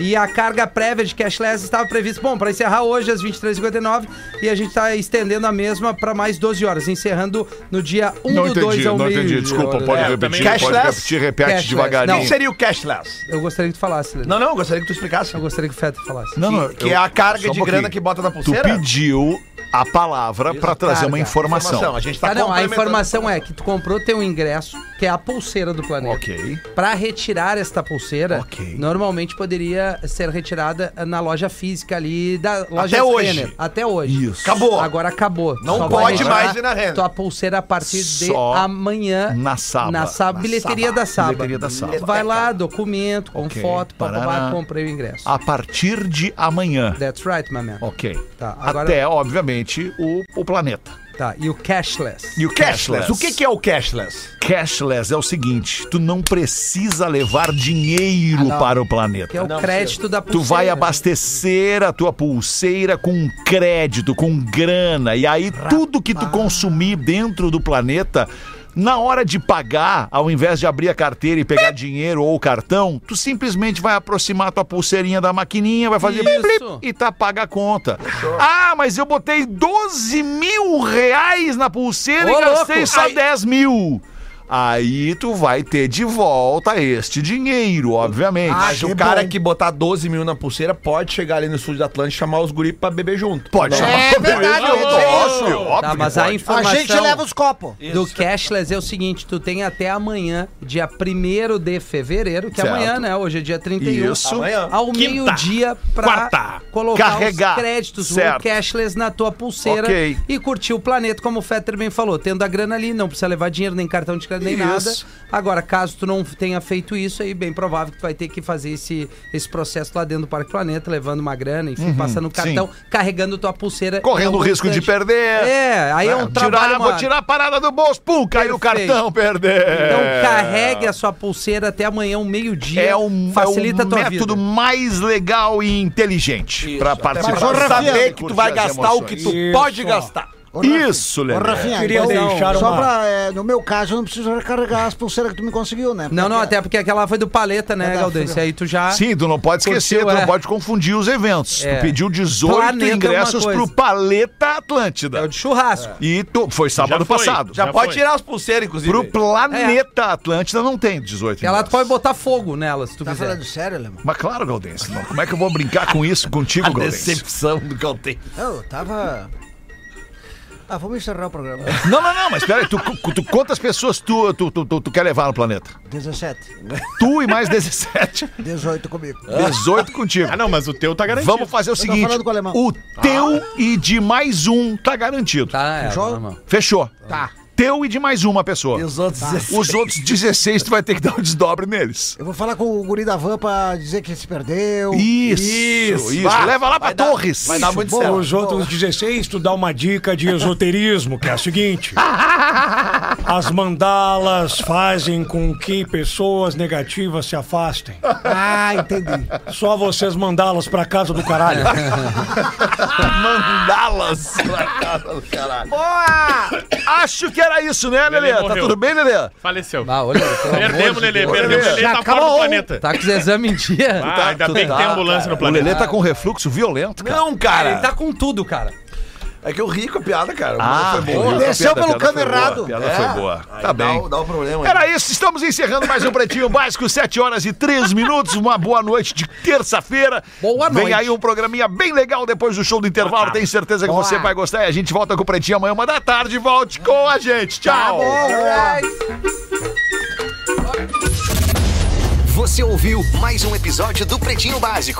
[SPEAKER 7] E a carga prévia de cashless estava prevista, bom, para encerrar hoje às 23h59. E a gente está estendendo a mesma para mais 12 horas, encerrando no dia 1 do 2 ao meio.
[SPEAKER 9] pode repetir,
[SPEAKER 5] pode repetir,
[SPEAKER 4] repete
[SPEAKER 7] Cashless. devagarinho.
[SPEAKER 5] O que seria o cashless?
[SPEAKER 7] Eu gostaria que tu falasse, Lelê.
[SPEAKER 5] Não, não, eu gostaria que tu explicasse.
[SPEAKER 7] Eu gostaria que o Feta falasse.
[SPEAKER 4] Não, não,
[SPEAKER 5] que
[SPEAKER 4] eu-
[SPEAKER 5] é a carga
[SPEAKER 4] só um
[SPEAKER 5] de
[SPEAKER 4] pouquinho.
[SPEAKER 5] grana que bota na
[SPEAKER 4] Tu
[SPEAKER 5] pulseira.
[SPEAKER 4] pediu a palavra pra trazer uma
[SPEAKER 7] carga.
[SPEAKER 4] informação.
[SPEAKER 5] A gente tá
[SPEAKER 7] Tá, não, a
[SPEAKER 5] complementando.
[SPEAKER 7] informação é que tu comprou teu ingresso, que é a pulseira do planeta.
[SPEAKER 4] Ok.
[SPEAKER 7] Para retirar esta pulseira,
[SPEAKER 4] Ok.
[SPEAKER 7] normalmente poderia ser retirada na loja física ali da loja
[SPEAKER 5] Até hoje.
[SPEAKER 7] Renner. Até hoje.
[SPEAKER 4] Isso.
[SPEAKER 5] Acabou.
[SPEAKER 7] Agora acabou.
[SPEAKER 5] Não
[SPEAKER 7] Só vai
[SPEAKER 5] pode
[SPEAKER 7] retirar
[SPEAKER 5] mais ir na Renner.
[SPEAKER 7] Tua pulseira a partir de
[SPEAKER 4] Só
[SPEAKER 7] amanhã
[SPEAKER 4] na Saba.
[SPEAKER 7] Na Saba,
[SPEAKER 4] Na
[SPEAKER 7] bilheteria
[SPEAKER 4] Saba.
[SPEAKER 7] da Saba.
[SPEAKER 4] Bilheteria da Saba.
[SPEAKER 7] Tu Vai lá, documento, com
[SPEAKER 4] Ok.
[SPEAKER 7] foto, papapá,
[SPEAKER 4] Parará.
[SPEAKER 7] comprei o ingresso.
[SPEAKER 4] A partir de amanhã.
[SPEAKER 7] That's right, my man.
[SPEAKER 4] Ok.
[SPEAKER 7] Tá, agora-
[SPEAKER 4] Até, obviamente, o, o planeta.
[SPEAKER 7] Tá, e o cashless.
[SPEAKER 4] E o
[SPEAKER 5] Cashless. O que, que é o cashless?
[SPEAKER 4] Cashless é o seguinte, tu não precisa levar dinheiro
[SPEAKER 7] não.
[SPEAKER 4] para o planeta.
[SPEAKER 7] Que é o crédito da
[SPEAKER 4] Tu
[SPEAKER 7] pulseira.
[SPEAKER 4] vai abastecer a tua pulseira com crédito, com grana. E aí, tudo que tu consumir dentro do planeta, na hora de pagar, ao invés de abrir a carteira e pegar dinheiro ou cartão, tu simplesmente vai aproximar a tua pulseirinha da maquininha, vai fazer blip, blip,
[SPEAKER 7] Isso.
[SPEAKER 4] e tá paga a conta. Ah, mas eu botei 12 mil reais na pulseira
[SPEAKER 7] Ô,
[SPEAKER 4] e gastei
[SPEAKER 7] louco.
[SPEAKER 4] só
[SPEAKER 7] Ai.
[SPEAKER 4] 10 mil. Aí tu vai ter de volta este dinheiro, obviamente.
[SPEAKER 7] Ah,
[SPEAKER 5] Mas
[SPEAKER 7] é
[SPEAKER 5] o cara que botar 12 mil na pulseira pode chegar ali no estúdio da Atlântica e chamar os guris pra beber junto.
[SPEAKER 4] Pode
[SPEAKER 5] Não.
[SPEAKER 4] chamar.
[SPEAKER 8] É verdade,
[SPEAKER 4] Óbvio,
[SPEAKER 8] eu
[SPEAKER 4] óbvio, óbvio.
[SPEAKER 7] Tá, mas
[SPEAKER 4] que
[SPEAKER 7] a
[SPEAKER 4] pode.
[SPEAKER 8] A
[SPEAKER 7] informação...
[SPEAKER 8] gente leva os copos.
[SPEAKER 7] do cashless é o seguinte, tu tem até amanhã, dia 1 de fevereiro, que é
[SPEAKER 4] Certo.
[SPEAKER 7] amanhã, né? Hoje é dia 31.
[SPEAKER 4] Isso.
[SPEAKER 5] Amanhã.
[SPEAKER 7] Ao
[SPEAKER 9] Quinta,
[SPEAKER 7] meio-dia pra
[SPEAKER 9] quarta,
[SPEAKER 7] colocar
[SPEAKER 4] carregar,
[SPEAKER 7] os créditos no
[SPEAKER 4] certo.
[SPEAKER 7] cashless na tua pulseira
[SPEAKER 4] Ok.
[SPEAKER 7] e curtir o planeta, como o Fetter bem falou. Tendo a grana ali, não precisa levar dinheiro, nem cartão de crédito, nem nada.
[SPEAKER 4] Isso.
[SPEAKER 7] Agora, caso tu não tenha feito isso, aí bem provável que tu vai ter que fazer esse, esse processo lá dentro do Parque Planeta, levando uma grana, enfim, passando o cartão, carregando tua pulseira.
[SPEAKER 4] Uhum. Correndo o
[SPEAKER 7] o
[SPEAKER 4] risco de perder.
[SPEAKER 7] É, aí é um
[SPEAKER 4] tirar,
[SPEAKER 7] trabalho...
[SPEAKER 4] Vou
[SPEAKER 7] uma-
[SPEAKER 4] tirar a parada do bolso, pum, caiu o
[SPEAKER 7] Perfeito.
[SPEAKER 4] cartão, perdeu.
[SPEAKER 7] então
[SPEAKER 9] É.
[SPEAKER 7] carregue a sua pulseira até amanhã, um meio-dia.
[SPEAKER 4] É um,
[SPEAKER 7] facilita
[SPEAKER 4] é um
[SPEAKER 7] a tua
[SPEAKER 4] método
[SPEAKER 7] vida.
[SPEAKER 4] mais legal e inteligente pra participar.
[SPEAKER 8] Mas, ô, Rafinha,
[SPEAKER 5] Saber que tu vai gastar o que tu
[SPEAKER 6] Isso,
[SPEAKER 5] pode
[SPEAKER 6] ó.
[SPEAKER 5] gastar.
[SPEAKER 8] Ô, Rafinha,
[SPEAKER 4] Isso,
[SPEAKER 8] ô,
[SPEAKER 4] Léo.
[SPEAKER 8] Rafinha,
[SPEAKER 6] Queria
[SPEAKER 8] então,
[SPEAKER 6] deixar
[SPEAKER 8] só
[SPEAKER 6] uma-
[SPEAKER 8] pra, é, no meu caso, eu não preciso recarregar as pulseiras que tu me conseguiu, né?
[SPEAKER 7] Não, não,
[SPEAKER 8] Porque-
[SPEAKER 7] até porque aquela foi do paleta, né,
[SPEAKER 8] Cada
[SPEAKER 7] Galdense?
[SPEAKER 8] frio.
[SPEAKER 7] Aí tu já.
[SPEAKER 4] Sim, tu não pode esquecer,
[SPEAKER 7] Curtiu,
[SPEAKER 4] tu
[SPEAKER 7] é.
[SPEAKER 4] não pode confundir os eventos.
[SPEAKER 7] É.
[SPEAKER 4] Tu pediu 18
[SPEAKER 7] Planeta é uma
[SPEAKER 4] ingressos
[SPEAKER 7] coisa.
[SPEAKER 4] pro Paleta
[SPEAKER 7] É o
[SPEAKER 4] Atlântida.
[SPEAKER 7] de churrasco.
[SPEAKER 4] E tu, foi sábado
[SPEAKER 9] Já foi,
[SPEAKER 4] passado.
[SPEAKER 5] Já,
[SPEAKER 9] Já
[SPEAKER 5] pode
[SPEAKER 9] foi.
[SPEAKER 5] tirar as pulseiras, inclusive.
[SPEAKER 4] Pro Planeta Atlântida não tem 18
[SPEAKER 7] Que Ela
[SPEAKER 4] ingressos.
[SPEAKER 7] pode botar fogo nela, se tu
[SPEAKER 8] Tá
[SPEAKER 7] quiser.
[SPEAKER 8] falando sério, alemão?
[SPEAKER 4] Mas claro, Galdense, não. como é que eu vou brincar com isso contigo, Galdense?
[SPEAKER 5] Decepção do Caltei.
[SPEAKER 8] Eu tava... Ah, vamos encerrar o programa.
[SPEAKER 4] Não, não, não, mas peraí, tu, tu- quantas pessoas tu, tu, tu, tu- tu quer levar no planeta?
[SPEAKER 8] 17,
[SPEAKER 4] Tu e mais 17.
[SPEAKER 8] 18 comigo.
[SPEAKER 4] 18 contigo.
[SPEAKER 9] Ah, não, mas o teu tá garantido.
[SPEAKER 4] Vamos fazer o seguinte:
[SPEAKER 8] falando com o alemão.
[SPEAKER 4] o teu e de mais um tá garantido.
[SPEAKER 7] Tá, é.
[SPEAKER 8] Fechou?
[SPEAKER 7] normal.
[SPEAKER 4] Fechou. Tá. Teu e de mais uma pessoa. Tá.
[SPEAKER 5] Os outros
[SPEAKER 4] Os outros 16 tu vai ter que dar um desdobre neles.
[SPEAKER 8] Eu vou falar com o guri da van pra dizer que se perdeu.
[SPEAKER 4] Isso,
[SPEAKER 5] Isso,
[SPEAKER 4] isso.
[SPEAKER 5] vai.
[SPEAKER 4] Leva lá pra
[SPEAKER 5] Vai dar-
[SPEAKER 4] Torres.
[SPEAKER 5] vai dar muito
[SPEAKER 8] Boa.
[SPEAKER 5] certo.
[SPEAKER 6] assim, Os outros 16, tu dá uma dica de esoterismo, que é a seguinte. A As mandalas fazem com que pessoas negativas se afastem.
[SPEAKER 8] Ah, entendi.
[SPEAKER 6] Só vocês mandá-las pra casa do caralho.
[SPEAKER 4] Mandalas pra casa do caralho. Acho que era isso, né, Lelê?
[SPEAKER 9] Lelê
[SPEAKER 4] Tá
[SPEAKER 9] morreu.
[SPEAKER 4] tudo bem, Lelê?
[SPEAKER 9] Faleceu.
[SPEAKER 7] Ah, olha, pelo amor
[SPEAKER 9] Perdemos,
[SPEAKER 7] de
[SPEAKER 9] Lelê.
[SPEAKER 7] Deus.
[SPEAKER 9] Perdemos, Lelê.
[SPEAKER 7] Já
[SPEAKER 9] Tá fora do
[SPEAKER 7] acabou.
[SPEAKER 9] planeta.
[SPEAKER 7] Tá com os exames em dia?
[SPEAKER 9] Ah, ainda
[SPEAKER 4] tu
[SPEAKER 9] bem que
[SPEAKER 4] tá,
[SPEAKER 9] tem ambulância no
[SPEAKER 4] O Lelê
[SPEAKER 9] planeta.
[SPEAKER 4] tá com refluxo violento, cara.
[SPEAKER 5] Não, cara.
[SPEAKER 7] Ele tá com tudo, cara.
[SPEAKER 5] É que eu ri com a piada, cara.
[SPEAKER 4] Ah,
[SPEAKER 5] O meu foi
[SPEAKER 4] boa.
[SPEAKER 8] Desceu pelo
[SPEAKER 4] A piada
[SPEAKER 8] cano
[SPEAKER 4] foi boa,
[SPEAKER 8] errado.
[SPEAKER 4] A
[SPEAKER 7] É.
[SPEAKER 4] piada foi boa. Tá bem.
[SPEAKER 5] Dá, dá o problema aí.
[SPEAKER 4] Era isso, estamos encerrando mais um Pretinho Básico, 7 horas e 3 minutos. Uma boa noite de terça-feira.
[SPEAKER 7] Boa
[SPEAKER 4] Vem
[SPEAKER 7] noite.
[SPEAKER 4] aí um programinha bem legal depois do show do intervalo. Tenho certeza que você vai gostar. E a gente volta com o Pretinho amanhã, uma da tarde. Volte com a gente.
[SPEAKER 7] Tá
[SPEAKER 4] Tchau.
[SPEAKER 8] É.
[SPEAKER 10] Você ouviu mais um episódio do Pretinho Básico.